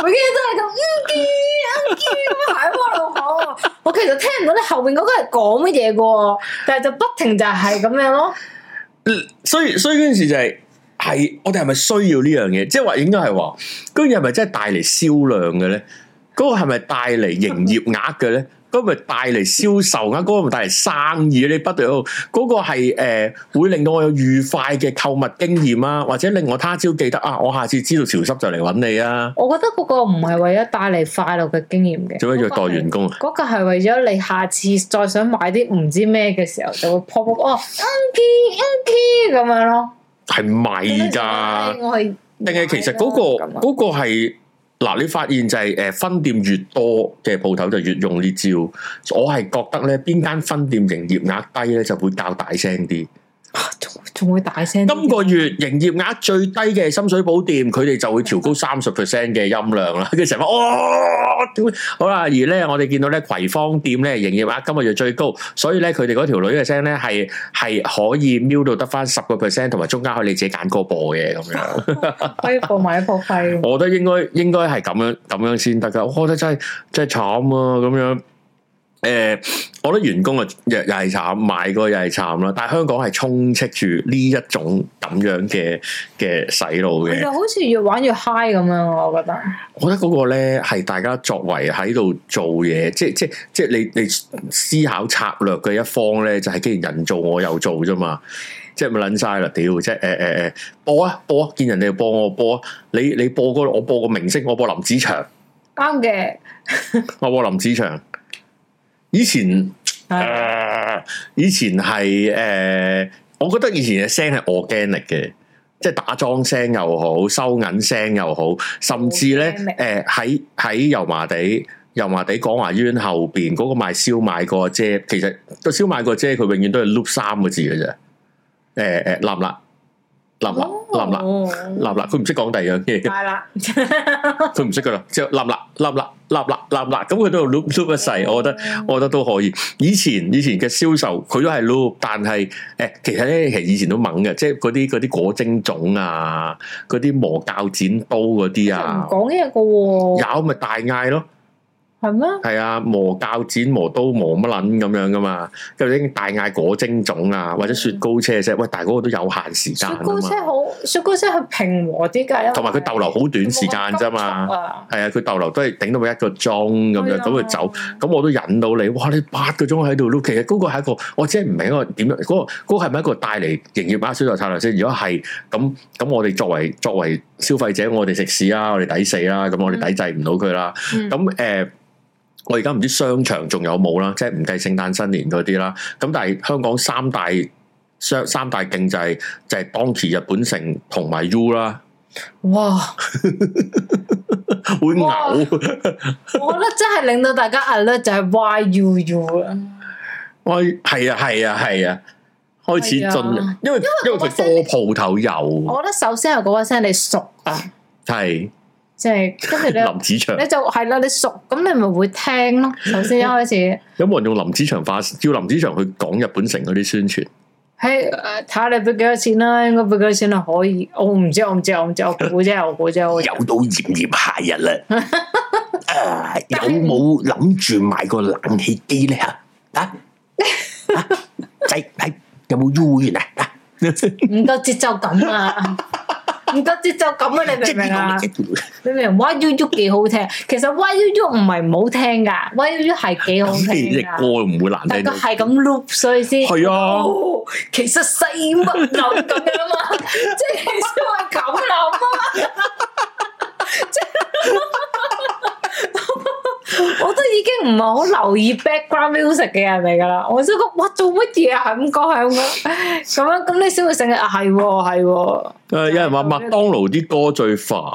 S2: 每日都係咁 n i n i 咁排喎老母。我其實聽唔到你後面嗰個係講乜嘢嘅喎，但係就不停就係咁 樣咯。
S1: 所以所以嗰件事就係、係我哋係咪需要呢樣嘢？即係話應該係話嗰樣嘢係咪真係帶嚟銷量嘅咧？嗰、個係咪帶嚟營業額嘅咧？嗰、個咪帶嚟銷售啊額？嗰、個咪帶嚟生意？你不斷喺度嗰個係誒、呃、會令到我有愉快嘅購物經驗啊，或者令我他朝記得啊，我下次知道潮濕就嚟揾你啊！
S2: 我覺得嗰個唔係為咗帶嚟快樂嘅經驗嘅，
S1: 做咩虐待
S2: 嗰個係
S1: 員工啊？
S2: 嗰個係為咗你下次再想買啲唔知咩嘅時候，就會 pop up 哦，unky unky 咁樣咯。
S1: 係咪㗎？
S2: 我係
S1: 定係其實嗰、個
S2: 咁啊
S1: 嗰個係嗱，你發現就係、誒、分店越多嘅鋪頭就越用呢招。我係覺得咧，邊間分店營業額低咧就會較大聲啲。
S2: 啊仲仲會大聲啲。啊
S1: 今個月營業額最低嘅係深水埗店，佢哋就會調高三十 percent 嘅音量啦。跟 住成班哦，屌！好啦，而咧我哋見到咧葵芳店咧營業額今個月最高，所以咧佢哋嗰條女嘅聲咧係係可以瞄到得翻十個 percent，同埋中間可以你自己揀歌播嘅咁樣。
S2: 可以報埋一報廢。
S1: 我覺得應該應該係咁樣咁樣先得噶。我覺得真係真係慘啊咁樣。誒、我覺得員工啊又又係慘，買個又係慘啦。但係香港係充斥住呢一種咁樣嘅嘅洗腦
S2: 其
S1: 嘅。
S2: 實好似越玩越 high 咁樣，我覺得。
S1: 我覺得嗰個咧係大家作為喺度做嘢，即係即係即係你你思考策略嘅一方咧，就係、既然人做我又做啫嘛。即係咪撚晒啦？屌！即係誒誒誒，播啊播啊，見人哋播我播啊，你你播嗰個我播個明星，我播林子祥。
S2: 啱嘅，
S1: 我播林子祥，以前誒、
S2: 係
S1: 呃以前係誒、呃我覺得以前嘅聲係 organic 嘅，即係打樁聲又好，收銀聲又好，甚至咧
S2: Organic
S1: 誒喺喺油麻地。油麻地廣華醫院後邊嗰個賣燒賣個阿姐，其實個燒賣個阿姐佢永遠都係 loop 三個字嘅啫。誒、誒，立立立
S2: 哦
S1: 立立立立
S2: 立
S1: 立，佢唔識講第二樣嘢。
S2: 係 啦，
S1: 佢唔識噶啦，即係立立立立立立立立，咁佢都 loop loop 一
S2: 嗯
S1: 世，我覺得我覺得都可以。以前以前嘅銷售佢都係 loop，但係誒、其實咧其實以前都猛嘅，即係嗰啲嗰啲果精種啊，嗰啲磨鉸剪刀嗰啲
S2: 唔
S1: 啊，
S2: 講嘢嘅喎，
S1: 有咪大嗌咯，
S2: 係咩？
S1: 係啊，磨鉸剪磨刀磨乜撚咁樣噶嘛，跟住已經大嗌果精種啊，或者雪糕車啫，喂，但係嗰個都有限時
S2: 雪
S1: 間啊
S2: 糕
S1: 嘛，
S2: 車好，雪糕車係平和啲㗎，因為
S1: 同埋佢逗留好短時間啫嘛
S2: 冇咁急促啊。
S1: 係啊，佢逗留都係頂到佢一個鐘咁樣，咁佢走。
S2: 係啊
S1: 咁我都引到你，哇！你八個鐘喺度碌，其實嗰個係一個，我真係唔明一個點樣，嗰、個嗰、個係咪一個帶嚟營業額銷售策略先？如果係咁，咁我哋作為作為消費者，我哋食屎啦，我哋抵死啦，咁我哋抵制唔到佢啦。
S2: 嗯
S1: 咁誒、呃我而家唔知商場仲有冇啦，即係唔計聖誕新年嗰啲啦。咁但係香港三大商三大經濟就係當期日本城同埋 U 啦，
S2: 哇！
S1: 會
S2: 哇
S1: 嘔。
S2: 我覺得真係令到大家 alert 就係 YUU 啦，
S1: 我係啊係啊係啊，開始進
S2: 係
S1: 入
S2: 啊，
S1: 因為因為
S2: 我
S1: 佢多鋪頭有
S2: 我覺得首先係嗰把聲你熟啊，
S1: 係
S2: 即係跟住你
S1: 林子祥，
S2: 你就係啦，你熟咁你咪會聽咯。首先一開始
S1: 有冇人用林子祥化叫林子祥去講日本城嗰啲宣傳？
S2: 喺誒睇下你俾幾多錢啦，應該俾幾多錢啊？可以，我唔知，我唔知，我唔知，我估啫，我估啫，我
S3: 有到炎炎夏日啦，啊，有
S2: 但係
S3: 冇諗住買個冷氣機咧？吓啊啊，仔係有冇 U 會員啊？啊
S2: 唔夠節奏感啊！唔夠節奏感啊！你明唔明啊？你明唔明 Y U U 幾好聽？其實 Y U U 唔係唔好聽噶，Y U U 係幾好
S1: 咁 你
S2: 聽
S1: 隻
S2: 噶
S1: 歌，唔會難
S2: 啊但
S1: 聽
S2: 係
S1: 到
S2: 佢。係咁 loop，所以先
S1: 係啊
S2: 哦其實細乜諗咁樣啊嘛， 即係其實我係咁諗啊 嘛，即係我都已經唔係好留意 background music 嘅人嚟㗎啦，我想講哇做乜嘢啊？係咁講係咁講咁樣，咁你先會醒起啊係喎係喎，
S1: 誒，有人話麥當勞啲歌最煩，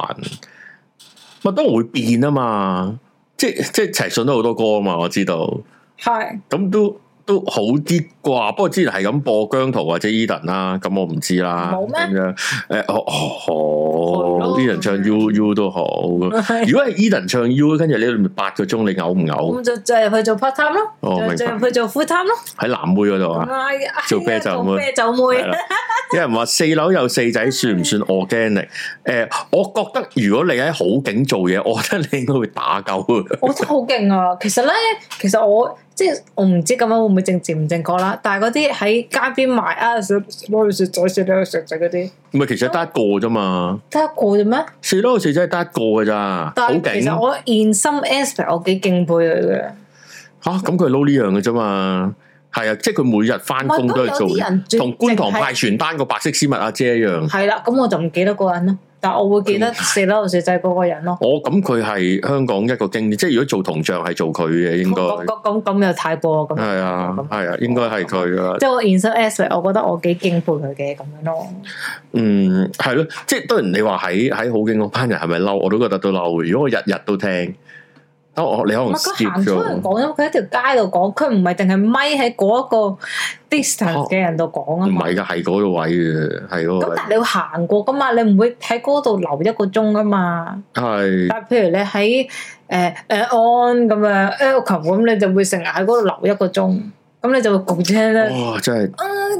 S1: 麥當勞會變啊嘛，即即係陳奕迅都好多歌啊嘛，我知道，
S3: 嗯
S2: 係
S1: 咁都都好啲啩。不過之前係咁播姜濤或者 Eden 啦，咁我唔知啦，
S2: 冇咩
S1: 咁樣誒，哦
S2: 係
S1: 哦
S2: 咯
S1: ，Eden 唱 U U 都好。如果
S2: 係
S1: 係 Eden 唱 U，跟住你裏面八個鐘，你嘔唔嘔？
S2: 咁就就係去做 part time 咯，
S1: 哦明白
S2: 就
S3: 啊
S2: 就去做 full time 咯，
S1: 喺藍妹嗰度
S2: 咁
S1: 啊，
S2: 啊係啊
S1: 做啤酒妹
S2: 做啤酒妹
S1: 係啦。有人話四樓有四仔算唔 算 organic？誒，我覺得如果你喺好景做嘢，我覺得你應該會打鳩。
S2: 我真係好勁啊！其實咧，其實我即係我唔知咁樣會唔會正正唔正確啦。但係嗰啲喺街邊賣啊，想攞去食左食右食仔嗰啲，
S1: 唔係，其實得一個啫嘛，
S2: 得一個啫咩？
S1: 四樓四仔係得一個嘅咋，好
S2: 但係
S1: 勁
S2: 其實
S1: 嚇！
S2: 我 in some aspect 我幾敬佩佢嘅。
S1: 咁佢係撈呢樣嘅啫嘛，係啊，即係佢每日翻工都係做
S2: 唔係咁有啲人
S1: 嘢，
S2: 最
S1: 同觀塘
S2: 淨係
S1: 派傳單個白色絲襪阿姐一樣。
S2: 係啦，咁我就唔記得嗰個人啦，但係我會記得四樓食仔嗰個人咯。
S1: 我咁佢係香港一個經典，即係如果做銅像係做佢嘅，應該
S2: 咁咁咁咁又太過咁。
S1: 係啊，係啊，應該係佢啊。
S2: 即係我 in some aspect，我覺得我幾敬佩佢嘅咁樣咯。
S1: 嗯，係咯，即係當然你話喺喺好景嗰班人係咪嬲，我都覺得都嬲嘅。如果我日日都聽，啊我你可能
S2: 唔係佢
S1: skip
S2: 行出去
S1: 咗。
S2: 講，因為佢喺條街度講，佢唔係淨係咪喺嗰一個 distance 嘅人度講啊
S1: 哦唔
S2: 嘛。
S1: 係噶，係嗰個位嘅，係嗰個
S2: 咁
S1: 位
S2: 但係你要行過噶嘛，你唔會喺嗰度留一個鐘噶嘛。
S1: 係。
S2: 但係譬如你喺誒誒安咁樣 Elkham 咁，你就會成日喺嗰度留一個鐘，咁你就會焗車咧
S1: 哇！真係
S2: 啊嘟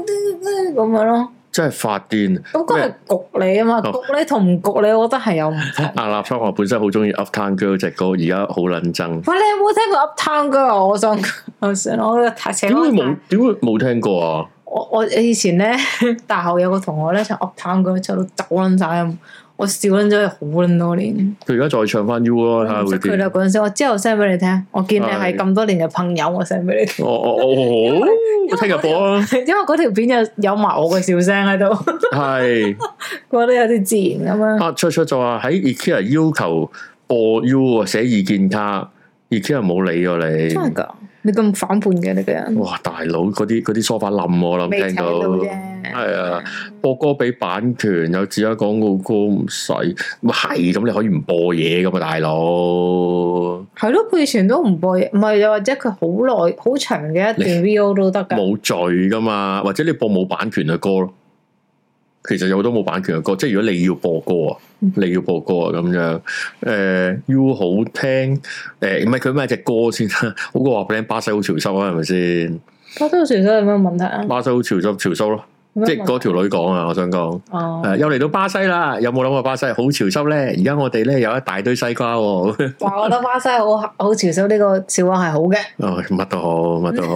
S2: 嘟咁樣咯。
S1: 真係發癲。
S2: 咁嗰係焗你啊嘛，
S1: 哦
S2: 焗你同唔焗你，我覺得係有唔 同。
S1: 阿立昌我本身好中意 Uptown Girl 隻歌，而家好撚憎。
S2: 喂，你有冇聽過 Uptown Girl？我啊想 我想我太扯
S1: 點會
S2: 開
S1: 冇？點會冇聽過啊？
S2: 我我以前咧 大學有個同學咧唱 Uptown Girl 唱到走撚晒咁，我笑撚咗佢好撚多年。
S1: 佢而家再唱翻 U 咯，睇下
S2: 唔
S1: 啊會
S2: 識嗯佢啦
S1: 點。啊
S2: 嗰陣時，我之後 send 俾你聽。我見你
S1: 係
S2: 係咁多年嘅朋友，我 send 俾你聽。
S1: 我我我好，哦聽日播啊！
S2: 因為嗰條片有有埋我嘅笑聲喺度，
S1: 係
S2: 覺得有啲自然咁樣。
S1: 啊，出出就話喺 IKEA 要求播 U 啊，寫意見卡，IKEA 冇理過
S2: 真係
S1: 你。
S2: 㗎，你咁反叛嘅你個人，
S1: 哇！大佬嗰啲嗰啲梳化冧我諗
S2: 未
S1: 聽
S2: 請
S1: 到
S2: 到。啫。
S1: 係啊，播歌俾版權有自家廣告歌唔使，咪係咁你可以唔播嘢噶嘛，大佬。
S2: 係咯，佢以前都唔播嘢，唔係又或者佢好耐好長嘅一段 V.O. 都得㗎。
S1: 冇罪噶嘛，或者你播冇版權嘅歌咯。其實有好多冇版權嘅歌，即係如果你要播歌啊，你要播歌啊咁樣，誒、U 好聽，誒唔係佢咩隻歌先啊 啦，好過話俾你聽巴西好潮濕啊，係咪先？
S2: 我都純粹有咩問題啊？
S1: 巴西好潮濕，潮濕咯，
S2: 有咩
S1: 即係
S2: 問
S1: 嗰
S2: 題
S1: 條女講啊，我想講。
S2: 哦，
S1: 誒，又嚟到巴西啦，有冇諗過巴西好潮濕咧？而家我哋咧有一大堆西瓜喎、
S2: 話我覺得巴西好 好潮濕呢個笑話係好嘅。
S1: 哦，乜都好，乜都好，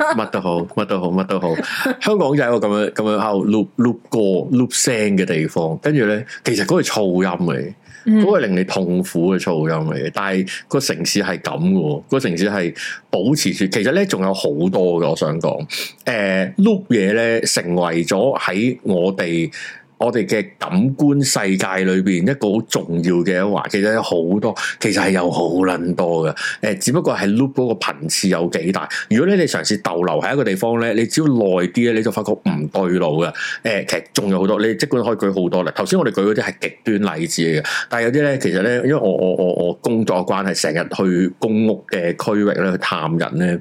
S1: 乜都好，乜都好，乜都好。香港就係一個咁樣咁樣喺度 loop loop 歌 loop 聲嘅地方，跟住咧，其實嗰係噪音嚟，
S2: 嗯
S1: 嗰係令你痛苦嘅噪音嚟嘅。但係個城市係咁嘅喎，個城市係保持住。其實咧，仲有好多嘅，我想講。誒、loop 嘢咧，成為咗喺我哋我哋嘅感官世界裏邊一個好重要嘅一環，其實有好多，其實係有好撚多嘅。誒，呃只不過係 loop 嗰個頻次有幾大。如果你哋嘗試逗留喺一個地方咧，你只要耐啲咧，你就發覺唔對路嘅。誒、其實仲有好多，你即管可以舉好多啦。頭先我哋舉嗰啲係極端例子嚟嘅，但係有啲咧，其實咧，因為我我我我工作關係，成日去公屋嘅區域咧去探人咧，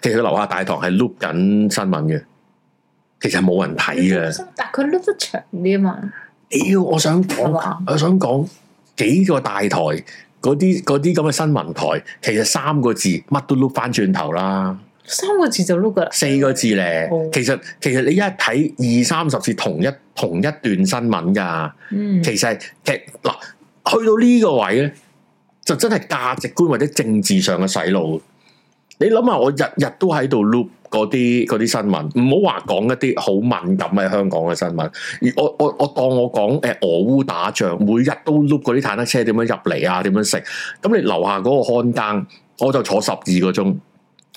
S1: 其實佢樓下大堂係 loop 緊新聞嘅，其實冇人睇嘅。
S2: 但佢碌得長啲啊嘛，
S1: 屌，我想
S2: 係
S1: 講，
S2: 嘛？
S1: 我想講幾個大台嗰啲嗰啲咁嘅新聞台，其實三個字乜都碌翻轉頭啦，
S2: 三個字就碌噶啦，
S1: 四個字咧
S2: 哦，
S1: 其實其實你一睇二三十次同一同一段新聞㗎，
S2: 嗯，
S1: 其實係其實嗱去到呢個位咧，就真係價值觀或者政治上嘅洗腦。你諗下，我日日都喺度 loop 嗰啲嗰啲新聞，唔好話講一啲好敏感嘅香港嘅新聞。而我我我當我講誒俄烏打仗，每日都 loop 嗰啲坦克車點樣入嚟啊，點樣食。咁你樓下嗰個看更，我就坐十二個鐘。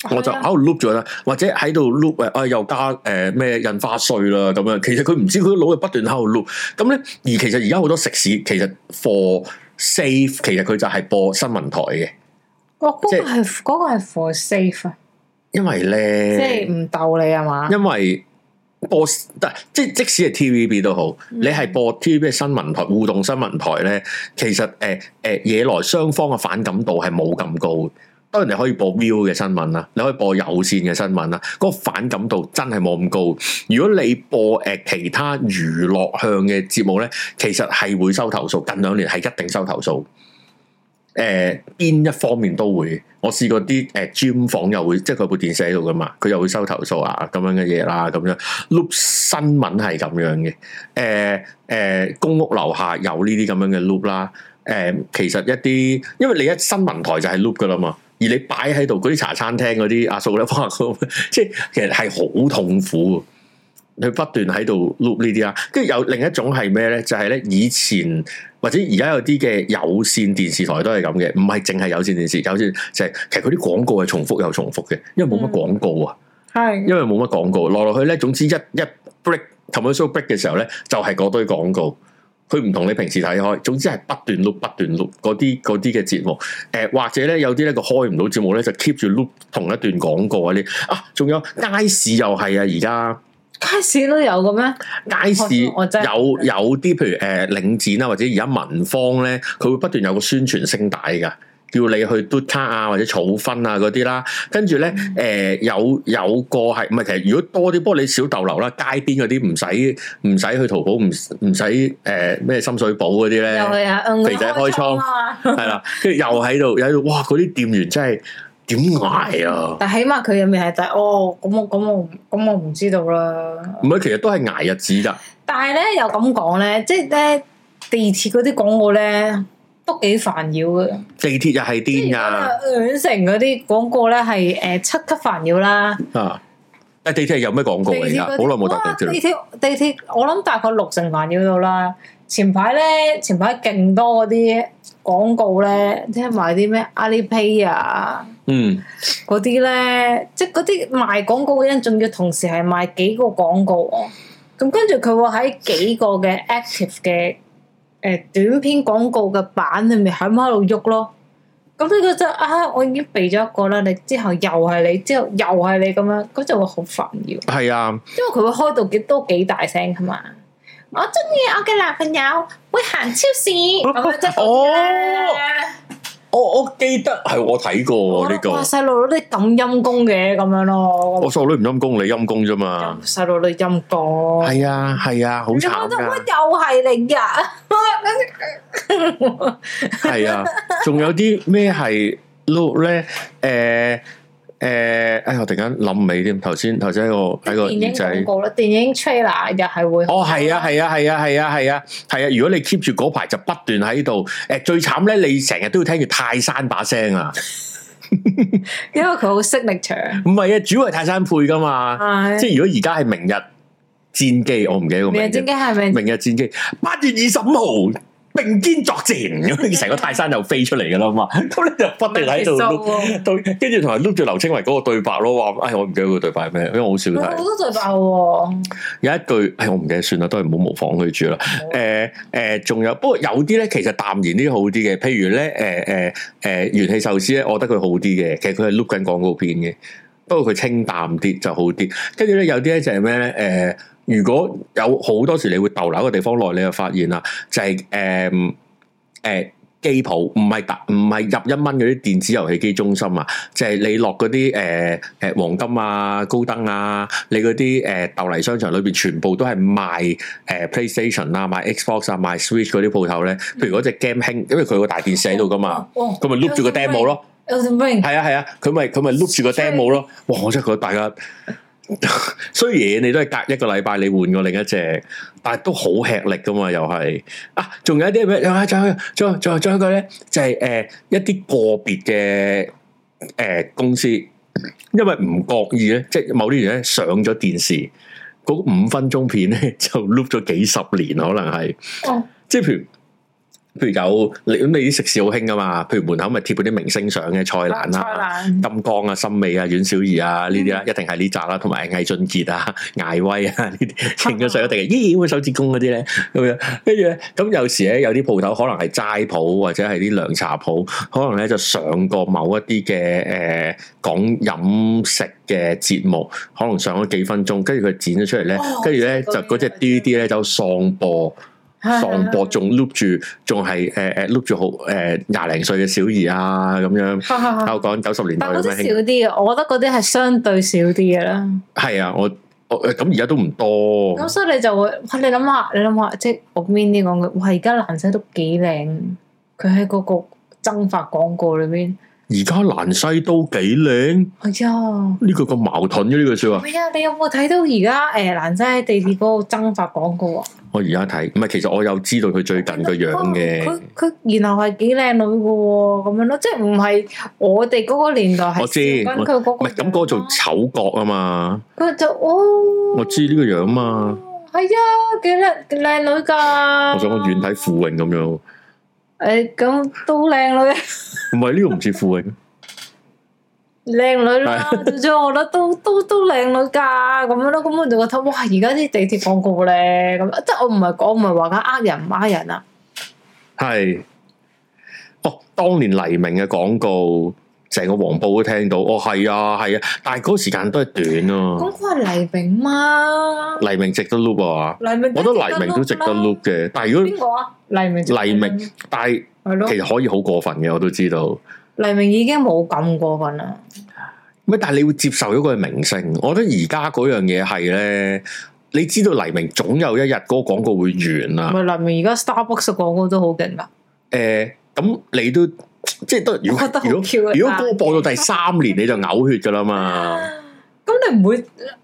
S1: 我
S2: 啊
S1: 就喺度 loop 咗啦，或者喺度 loop 誒，啊又加誒咩、印花稅啦咁樣，其實佢唔知佢個腦係不斷喺度 loop，咁咧而其實而家好多食肆其實 for safe，其實佢就係播新聞台嘅，
S2: 我
S1: 即係
S2: 嗰個係嗰個係 for safe 啊，
S1: 因為
S2: 即
S1: 咧，
S2: 係唔鬥你係啊嘛？
S1: 因為播但即即使係 TVB 都好，
S2: 嗯
S1: 你係播 TVB 嘅新聞台互動新聞台咧，其實誒誒惹來雙方嘅反感度係冇咁高。當然你可以播 view 嘅新聞啦，你可以播有線嘅新聞啦，嗰、個反感度真係冇咁高。如果你播誒、呃其他娛樂向嘅節目咧，其實係會收投訴，近兩年係一定收投訴。誒、呃邊一方面都會，我試過啲誒 gym 房又會，即係佢有部電視喺度噶嘛，佢又會收投訴啊咁樣嘅嘢啦，咁樣 loop 新聞係咁樣嘅，誒、誒、公屋樓下有呢啲咁樣嘅 loop 啦，誒、其實一啲，因為你一新聞台就係 loop 噶啦嘛，而你擺喺度嗰啲茶餐廳嗰啲阿叔咧，哇，佢 即係其實係好痛苦嘅。佢不斷喺度 loop 呢啲啦，跟住有另一種係咩咧？就係、咧以前或者而家有啲嘅有線電視台都係咁嘅，唔係淨係有線電視，有線就係、其實佢啲廣告係重複又重複嘅，因為冇乜廣告啊，
S2: 係
S1: 因為冇乜廣告，落落去咧，總之一一 break commercial break 嘅時候咧，就係、嗰堆廣告。佢唔同你平時睇開，總之係不斷 loop 不斷 loop 嗰啲嗰啲嘅節目，誒、或者咧有啲咧佢開唔到節目咧就 keep 住 loop 同一段廣告嗰啲啊，仲有街市又係啊而家。
S2: 街市都有嘅咩？
S1: 街市有
S2: 我真係
S1: 有啲譬如誒、呃、領展啦，或者而家民方咧，佢會不斷有個宣傳聲帶㗎，叫你去嘟卡啊或者儲分啊嗰啲啦。跟住咧
S2: 嗯
S1: 誒有有個係唔係其實如果多啲，不過你少逗留啦。街邊嗰啲唔使唔使去淘寶，唔唔使誒咩深水埗嗰啲咧。
S2: 又係啊，嗯
S1: 肥仔開倉
S2: 啊嘛。
S1: 係啦，跟住又喺度，又喺度，哇！嗰啲店員真係點捱啊！
S2: 但起碼佢入面係就係哦，咁我咁我唔咁我唔知道啦。
S1: 唔係，其實都係捱日子㗎。
S2: 但係咧又咁講咧，即係咧地鐵嗰啲廣告咧都幾煩擾嘅。
S1: 地鐵又係
S2: 即
S1: 癲
S2: 係
S1: 㗎。
S2: 兩成嗰啲廣告咧係誒七級煩擾啦。
S1: 啊！但地鐵係有咩廣告嚟
S2: 地
S1: 㗎？
S2: 鐵
S1: 好
S2: 嗰啲
S1: 耐冇搭地
S2: 哇
S1: 鐵
S2: 地鐵地鐵，我諗大概六成煩擾到啦。前排咧，前排勁多嗰啲廣告咧，聽埋啲咩 Alipay 啊。
S1: 嗯，
S2: 嗰啲咧，即係嗰啲賣廣告嘅人，仲要同時係賣幾個廣告喎。咁跟住佢會喺幾個嘅 active 嘅誒、呃短篇廣告嘅版裏面喺咁喺度喐咯。咁呢個就啊，我已經避咗一個啦，你之後又係你，之後又係你咁樣，咁就會好煩擾，因為
S1: 係啊，
S2: 佢會開到幾都幾大聲噶嘛。我中意我嘅男朋啊友會行超市咁樣即係
S1: 哦
S2: 嗰啲咧
S1: 我我記得係我睇過喎哦呢
S2: 哇
S1: 個。
S2: 細路女你咁陰公嘅咁樣咯，
S1: 我細路女唔陰公，你陰公啫嘛。
S2: 細路女陰公，
S1: 係啊，係啊，好
S2: 你覺
S1: 慘
S2: 得我
S1: 㗎。
S2: 又係你呀？
S1: 係啊，仲有啲咩係 look 咧？誒誒，哎呀，我突然間諗唔起添。頭先頭先喺個喺個
S2: 電影
S1: 耳
S2: 廣
S1: 仔。
S2: 告啦，電影 trailer 又係會
S1: 哦，係啊，係啊，係啊，係啊，係啊，係啊！如果你 keep 住嗰排就不斷喺度，誒最慘咧，你成日都要聽住泰山把聲啊！
S2: 因為佢好 signature，
S1: 唔係啊，主要係泰山配噶嘛。即
S2: 係
S1: 係如果而家係明日戰機，我唔記得個名
S2: 明日
S1: 啫。
S2: 戰機係咪？
S1: 明日戰機八月二十五號並肩作 戰咁，你成個泰山又飛出嚟噶啦嘛，咁你就不斷喺度碌到，跟住同埋碌住劉青雲嗰個對白咯，話，哎，我唔記得個對白係咩，因為我好少
S2: 佢
S1: 睇
S2: 好。多對白喎，
S1: 有一句，唉，我唔記得算啦，都係唔好模仿佢住啦。誒、誒，仲、有，不過有啲咧，其實淡然啲好啲嘅，譬如咧，誒誒誒，呃元氣壽司咧，我覺得佢好啲嘅，其實佢係碌緊廣告片嘅，不過佢清淡啲就好啲。跟住咧，有啲咧就係咩咧？誒、呃如果有好多時你會逗留一個地方耐，你就發現啦，就係誒誒機鋪，唔係打唔係入一蚊嗰啲電子遊戲機中心啊，就係、你落嗰啲誒誒黃金啊、高登啊，你嗰啲誒豆泥商場裏邊全部都係賣誒、呃 PlayStation 啊、賣 Xbox 啊、賣 Switch 嗰啲鋪頭咧，譬如嗰只 game 興，因為佢個大電視喺度噶嘛，
S2: 哦，
S1: 啊佢咪碌住個 demo 咯。
S2: Elden Ring，
S1: 係啊係啊，佢咪佢咪碌住個 demo 咯。哇！我真係覺得大家 雖然你都係隔一個禮拜你換過另一隻，但係都好吃力噶嘛，又係啊！仲有一啲咩？仲有仲有仲有仲有仲有一個咧，就係、誒、一啲個別嘅誒公司，因為唔覺意咧，即係某啲人咧上咗電視嗰五分鐘片咧， 就碌咗幾十年，可能係。
S2: 哦，
S1: 即係譬如譬如有你咁你啲食肆好興噶嘛，譬如門口咪貼嗰啲明星相嘅蔡瀾啊啦、
S2: 蔡瀾，
S1: 金剛啊、森美啊、阮小儀啊呢啲
S2: 嗯
S1: 啦，一定係呢扎啦，同埋魏俊傑啊、 艾威啊呢啲 影咗相一定係咦會手指公嗰啲咧咁樣，跟住咧咁有時咧有啲鋪頭可能係齋鋪或者係啲涼茶鋪，可能咧就上過某一啲嘅誒講飲食嘅節目，可能上咗幾分鐘，跟住佢剪咗出嚟咧
S2: 哦，
S1: 跟住咧
S2: 我
S1: 就
S2: 知道
S1: 嗰隻 DVD 咧就喪播。喪博仲 loop 住，仲係誒誒 loop 住好誒廿零歲嘅小兒啊咁樣，
S2: 哈哈哈
S1: 喺度講九十年代咁
S2: 但嗰啲
S1: 樣興
S2: 少啲嘅，我覺得嗰啲係相對少啲嘅啦。
S1: 係啊，我我咁而家都唔多，
S2: 咁所以你就會，哇！你諗下，你諗下，即係我 m i 啲講嘅，哇！而家蘭西都幾靚，佢喺嗰個增發廣告裏邊，
S1: 而家蘭西都幾靚，
S2: 係啊，
S1: 呢句咁矛盾嘅呢句說話，
S2: 係啊！你有冇睇到而家誒蘭西喺地鐵嗰個增發廣告啊？
S1: 我而家睇，唔係其實我有知道佢最近個樣嘅
S2: 佢，佢然後係幾靚女嘅喎，咁樣咯，即係唔係我哋嗰個年代係
S1: 我知
S2: 笑緊佢嗰個
S1: 唔係咁嗰個做
S2: 樣咯
S1: 丑角啊嘛，
S2: 佢就哦，
S1: 我知呢個樣嘛，
S2: 係啊，幾靚幾靚女㗎。
S1: 我想我遠睇傅穎咁樣，唔
S2: 誒，咁都靚女。
S1: 係呢個唔似傅穎，
S2: 靚女啦，最終我覺得都都都靚女㗎，咁樣咯，咁我就覺得哇，而家啲地鐵廣告咧，咁即係我唔係講唔係話緊呃人唔呃人
S3: à?
S2: 啊，
S1: 係，哦，當年黎明嘅廣告。成個黃埔都聽到，哦係啊係啊，但係嗰個時間都係短啊。
S2: 咁佢係黎明嘛，
S1: 黎明值得 loop 啊！
S2: 黎明
S1: 我覺得黎明都值得 loop 嘅，但係如
S2: 邊
S1: 果
S2: 個啊？黎明
S1: 黎
S2: 嗯
S1: 明，但係
S2: 係咯
S1: 其，實可以好過分嘅，我都知道。
S2: 黎明已經冇咁過分啦，
S1: 咩？但係你會接受咗佢係明星？我覺得而家嗰樣嘢係咧，你知道黎明總有一日嗰個廣告會完啦。
S2: 咪黎明而家 Starbucks 嘅廣告都好勁㗎，
S1: 誒，咁你都即係都如
S2: 嗯我覺
S1: 果
S2: 得好
S1: 如果
S2: Q 啊！
S1: 如果歌播到第三年你就嘔血噶啦 嘛。
S2: 咁你唔會，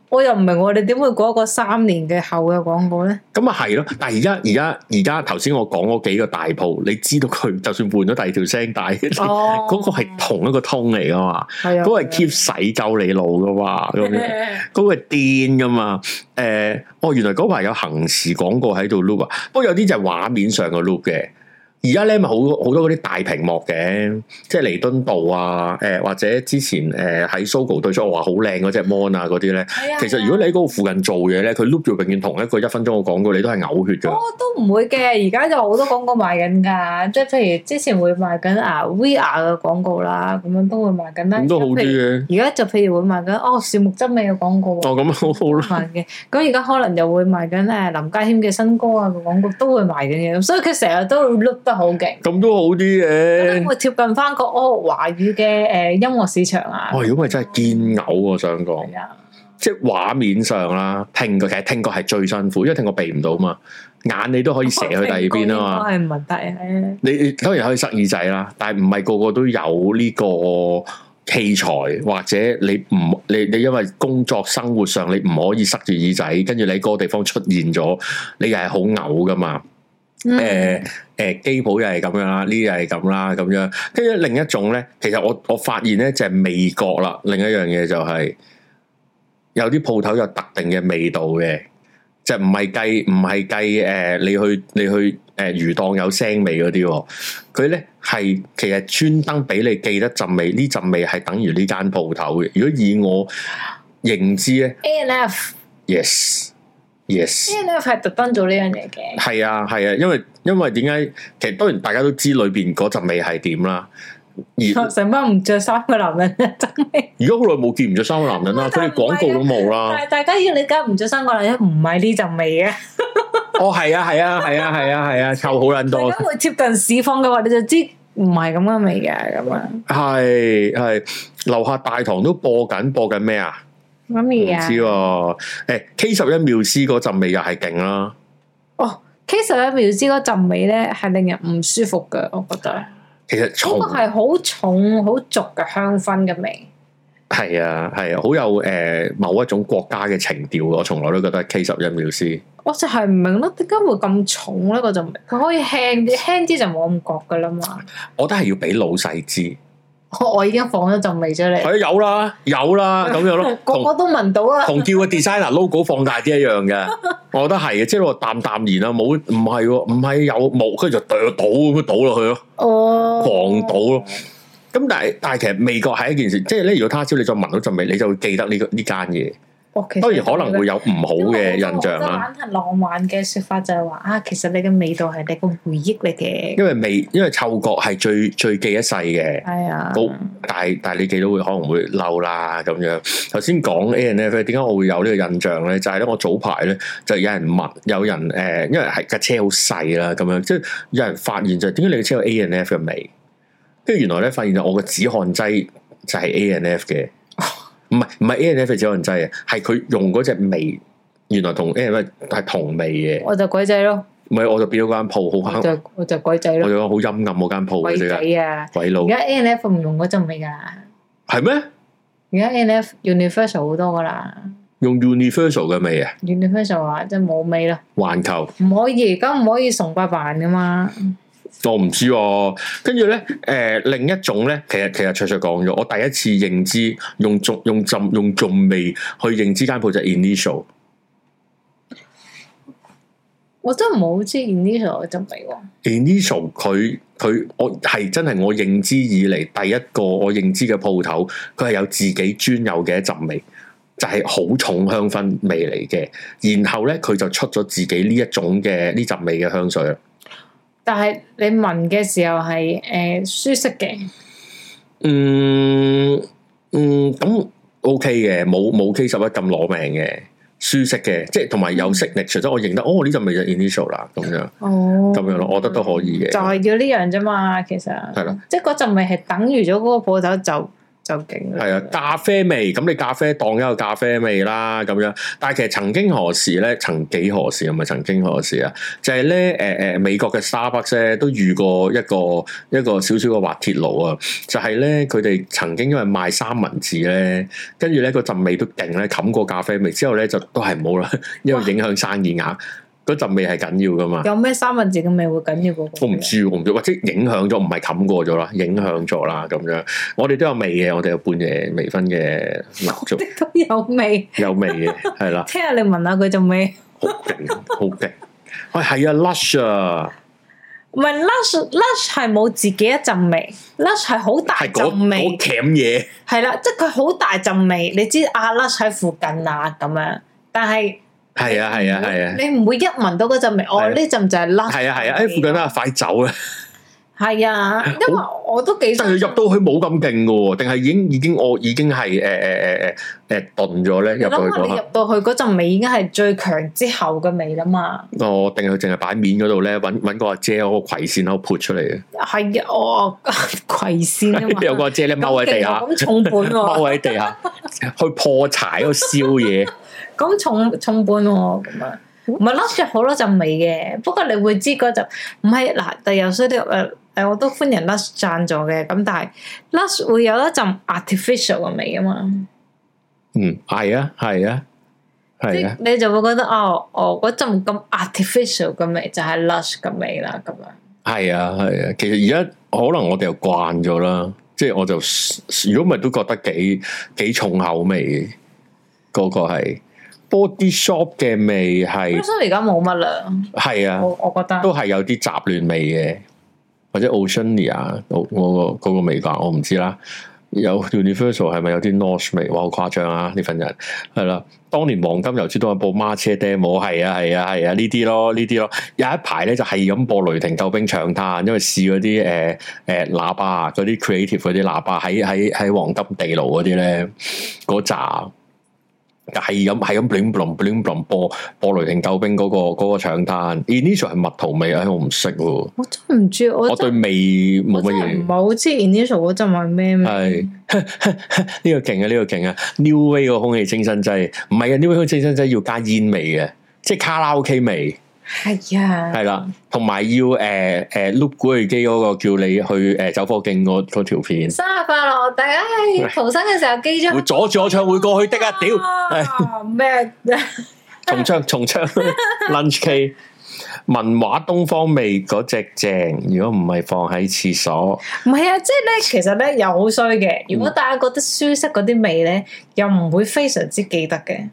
S2: 我又唔明我哋點會講一個三年嘅後嘅廣告咧？
S1: 咁啊係咯，但係而家而家而家頭先我講嗰幾個大鋪，你知道佢 就算換咗第二條聲帶，
S2: 哦
S1: 嗰個係同一個通嚟噶嘛。
S2: 係啊，
S1: 嗰個係 keep 洗鳩你腦噶嘛，咁樣嗰個係癲噶嘛。誒、哦，原來嗰排有行時廣告喺度 loop 啊，不過有啲就係畫面上嘅 loop 嘅。而家咧咪好好多嗰啲大屏幕嘅，即係彌敦道啊，誒、或者之前誒喺、Sogo 對出我話好靚嗰只 mon 啊嗰啲咧，
S2: 係啊
S1: 其實如果你喺嗰個附近做嘢咧，佢 loop 住永遠同一個一分鐘嘅廣告，你都係嘔血
S2: 哦
S1: 噶。，
S2: 都唔會嘅，而家就好多廣告賣緊㗎，即係譬如之前會賣緊啊 VR 嘅廣告啦，咁樣都會賣緊啦。
S1: 咁都好啲嘅。
S2: 而家就譬如會賣緊哦樹木真美嘅廣告
S1: 哦，
S2: 喎，
S1: 咁好好啦。
S2: 賣嘅。咁而家可能又會賣緊誒林家謙嘅新歌啊嘅廣告都會賣緊嘅，咁所以佢成日都會 look 得好勁，
S1: 咁都好啲
S2: 咁
S1: 嘅。
S2: 會貼近翻個哦華語嘅誒音樂市場啊。
S1: 哦哇！如果咪真係堅嘔，啊我想講。
S2: 係啊，
S1: 即係畫面上啦，聽覺其實聽覺係最辛苦，因為聽覺避唔到嘛，眼你都可以射去第二邊啊嘛。
S2: 嘛，係唔問題嘅。
S1: 你你當然可以塞耳仔啦，但係唔係個個都有呢個器材，或者你唔你你因為工作生活上你唔可以塞住耳仔，跟住你喺嗰個地方出現咗，你又係好嘔噶嘛。
S2: 嗯
S1: 誒誒機鋪又係咁樣啦，呢啲又係咁啦，咁樣。跟住另一種咧，其實我我發現咧就係味覺啦。另一樣嘢就係、有啲鋪頭有特定嘅味道嘅，就唔係計唔係計誒，你去你去誒、呃、魚檔有腥味嗰啲喎，佢咧係其實專登俾你記得陣味，呢陣味係等於呢間鋪頭嘅。如果以我認知咧
S2: A N F
S1: ，yes yes。
S2: A N F 係特登做呢樣嘢嘅，
S1: 係啊，係啊，因為因為點解？其實當然大家都知裏邊嗰陣味係點啦。 而
S2: 成班唔着衫嘅男人真係。
S1: 如果好耐冇見唔着衫嘅男人啦，佢哋廣告都冇啦。
S2: 但係啊大家要理解唔着衫嗰男人唔係呢陣味嘅，
S1: 哦，係啊，係啊，係啊，係啊，係啊，臭好撚
S2: 大
S1: 多
S2: 家。會貼近市況嘅話，你就知唔係咁嘅味嘅咁樣。
S1: 係係，樓下大堂都播緊播緊咩啊？
S2: 乜
S1: 唔
S2: 味啊？
S1: 知喎。誒 K 十一妙思嗰陣味又係勁啦。
S2: 哦，K 十一苗枝嗰陣味咧係令人唔舒服嘅，我覺得
S1: 其實
S2: 哦嗰
S1: 從
S2: 個係好重、好俗嘅香薰嘅味。
S1: 係啊係啊，好有誒某一種國家嘅情調。我從來都覺得 K 十一妙思
S2: 我就係唔明咯，點解會咁重咧？嗰陣味佢可以輕啲，輕啲就冇咁覺噶啦嘛。
S1: 我覺得係要俾老細 知。
S2: 我我已經放咗陣味出嚟，
S1: 係啊，有啦有啦咁樣 咯，
S2: 個個
S1: 同
S2: 都聞到
S3: à.
S2: 啊！
S1: 同叫個 designer logo 放大啲一樣嘅，我覺得係嘅，即係我淡淡然啊啦，冇唔係喎，唔係有冇，跟住就啄倒咁樣倒落去咯。
S2: 哦，
S1: 狂倒咯咁但係但係其實味覺係一件事，即係咧，如果他朝你再聞到陣味，你就會記得呢個呢間嘢。
S2: 哦！其實
S1: 當然可能會有唔好嘅印象啦，。
S2: 浪漫嘅說法就係話啊，其實你嘅味道係你個回憶嚟嘅。
S1: 因為味因為嗅覺係最最記一世嘅。
S2: 係啊，
S1: 好但係但係你記到會可能會嬲啦咁樣。頭先講 A N F 點解我會有呢個印象咧？就係咧我早排咧就有人問，有人誒、呃因為係架車好細啦咁樣，即係有人發現就係點解你嘅車有 A N F 嘅味？跟住原來咧發現就我嘅止汗劑就係 A N F 嘅，唔係唔係 A N F 嘅止汗劑啊，係佢用嗰隻味，原來同 A N F 係同味嘅。
S2: 我就鬼仔咯，
S1: 唔係我就變咗間鋪好
S2: 我
S1: 黑，
S2: 就我就鬼仔
S1: 我
S2: 咯，
S1: 就講好陰暗嗰間鋪嘅
S2: 鬼
S1: 啫
S2: 仔
S1: 㗎，
S2: 啊！
S1: 鬼佬
S2: 而家 N F 唔用嗰陣味㗎啦，
S1: 係咩？
S2: 而家 N F Universal 好多㗎啦
S1: 用 Universal 嘅味啊，
S2: ，Universal 話即係冇味咯，
S1: 環球。
S2: 唔可以，而家唔可以崇拜扮㗎嘛。
S1: 我唔知喎、跟住咧，誒、另一種咧，其實其實卓卓講咗，我第一次認知用重用浸用重味去認知間鋪就係 initial，
S2: 我真係冇知 Universal 嗰陣味喎。
S1: initial 佢佢我係真係我認知以嚟第一個我認知嘅鋪頭，佢係有自己專有嘅一陣味，就係、好重香薰味嚟嘅。然後咧佢就出咗自己呢一種嘅呢陣味嘅香水啦。
S2: 但係你聞嘅時候係誒舒適嘅，
S1: 嗯嗯，咁 OK 嘅，冇冇 K 十一咁攞命嘅，舒適嘅，即係同埋有 signature，即係我認得，哦呢陣味就 initial 啦，咁樣
S2: 哦
S1: 咁樣咯，我覺得都可以嘅，
S2: 就係要呢樣啫嘛，其實
S1: 係啦，
S2: 即係嗰陣味係等於咗嗰個鋪頭就就勁啦。
S1: 係啊，咖啡味，咁你咖啡當一個咖啡味啦，咁樣，但係其實曾經何時咧，曾幾何時唔係曾經何時啊，就係咧誒誒美國嘅 Starbucks 咧都遇過一個一個少少嘅滑鐵盧啊，就係咧佢哋曾經因為賣三文治咧。跟住咧個陣味都勁咧，冚過咖啡味之後咧就都係冇啦，因為影響生意額。嗰陣味係緊要噶嘛？
S2: 有咩三文治嘅味會緊要過嗰個
S1: 我
S2: 味
S1: 唔
S2: 啊？
S1: 知，我唔知，或者影響咗，唔係冚過咗啦，影響咗啦咁樣。我哋都有味嘅，我哋有半夜微醺嘅蠟燭，
S2: 都 有味，
S1: 有味 嘅，係啦，
S2: 聽下你聞下佢陣味。
S1: 好勁，好勁。喂，係啊，Lush 啊，
S2: 唔係 lush lush 係冇自己一陣味，lush 係好大
S1: 係嗰
S2: 陣
S1: 嗰
S2: 味，
S1: 鉗嘢，
S2: 係啦，即係佢好大陣味，你知啊 lush 喺附近啦咁樣，但係
S1: 係啊，係啊，係啊，
S2: 你唔會一聞到嗰陣味，
S1: 係啊
S2: 哦呢陣就係 lush，
S1: 係啊，係啊，誒附近啦，快走啦！
S2: 係啊，因為我都幾
S1: 但係入到去冇咁勁嘅喎，定係已經已經我已經係誒誒誒誒誒頓咗咧
S2: 你
S1: 入到去
S2: 諗下
S1: 嗰
S2: 你
S1: 下
S2: 入。到去嗰陣味已經係最強之後嘅味啦嘛，
S1: 哦，定係佢淨係擺面嗰度咧，揾揾個阿姐嗰個葵扇喺度潑出嚟嘅，
S2: 係啊， 我葵扇啊嘛，
S1: 有個阿姐咧踎喺地下，
S2: 咁勁喎咁重本
S1: 踎
S2: 喎，
S1: 喺地下去破柴喺度燒嘢，
S2: 咁重重本喎，咁啊，唔係 lush 有好多陣味嘅，不過你會知嗰陣唔係嗱，但又衰啲誒誒，我都歡迎 lush 贊助嘅，咁但係 lush 會有一陣 artificial 嘅味啊嘛。
S1: 嗯，係啊，係啊，係啊，
S2: 即你就會覺得哦，哦嗰陣咁 artificial 嘅味就係 lush 嘅味啦，咁樣
S1: 係啊，係啊。其實而家可能我哋又慣咗啦，即係我就如果唔係都覺得幾幾重口味嘅，嗰個係 body shop 嘅味係
S2: Blossom 而家冇乜啦，
S1: 係啊，
S2: 我我覺得
S1: 都係有啲雜亂味嘅，或者 Oceania 我我個嗰個味啩，我唔知啦。有 Universal 係咪有啲 North 味？哇，好誇張啊！呢份人係啦，當年黃金油珠都有播孖車 demo，係啊係啊係啊呢啲咯呢啲咯，有一排咧就係咁播雷霆救兵長嘆，因為試嗰啲誒誒喇叭啊嗰啲 creative 嗰啲喇叭喺喺喺黃金地牢嗰啲咧嗰扎。係咁係咁 bling bling bling bling 播播雷霆救兵嗰、個嗰、個長嘆，initial 係蜜桃味，唉我唔識喎，
S2: 我真唔知，我
S1: 我對
S2: 真
S1: 味冇
S2: 我真
S1: 乜
S2: 係
S1: 嘢
S2: 唔。係好知 initial 嗰陣係咩味。
S1: 係 呢個勁啊！呢、個勁啊！New Way 個空氣清新劑唔係啊！New Way 空氣清新劑要加煙味嘅，即係卡拉 OK 味
S2: 係啊，
S1: 係啦，同埋要誒誒 loop 古巨基嗰個叫你去誒、呃走火徑嗰嗰條片，
S2: 生日快樂！大家喺逃生嘅時候記
S1: 會
S2: 咗
S1: 阻住我唱會過去的啊！屌！
S2: 屌咩？
S1: 重唱重 唱 lunch K 文華東方味嗰隻正，如果唔係放喺廁所，
S2: 唔係啊，即係咧，其實咧又好衰嘅。如果大家覺得舒適嗰啲味咧，又唔會非常之記得嘅。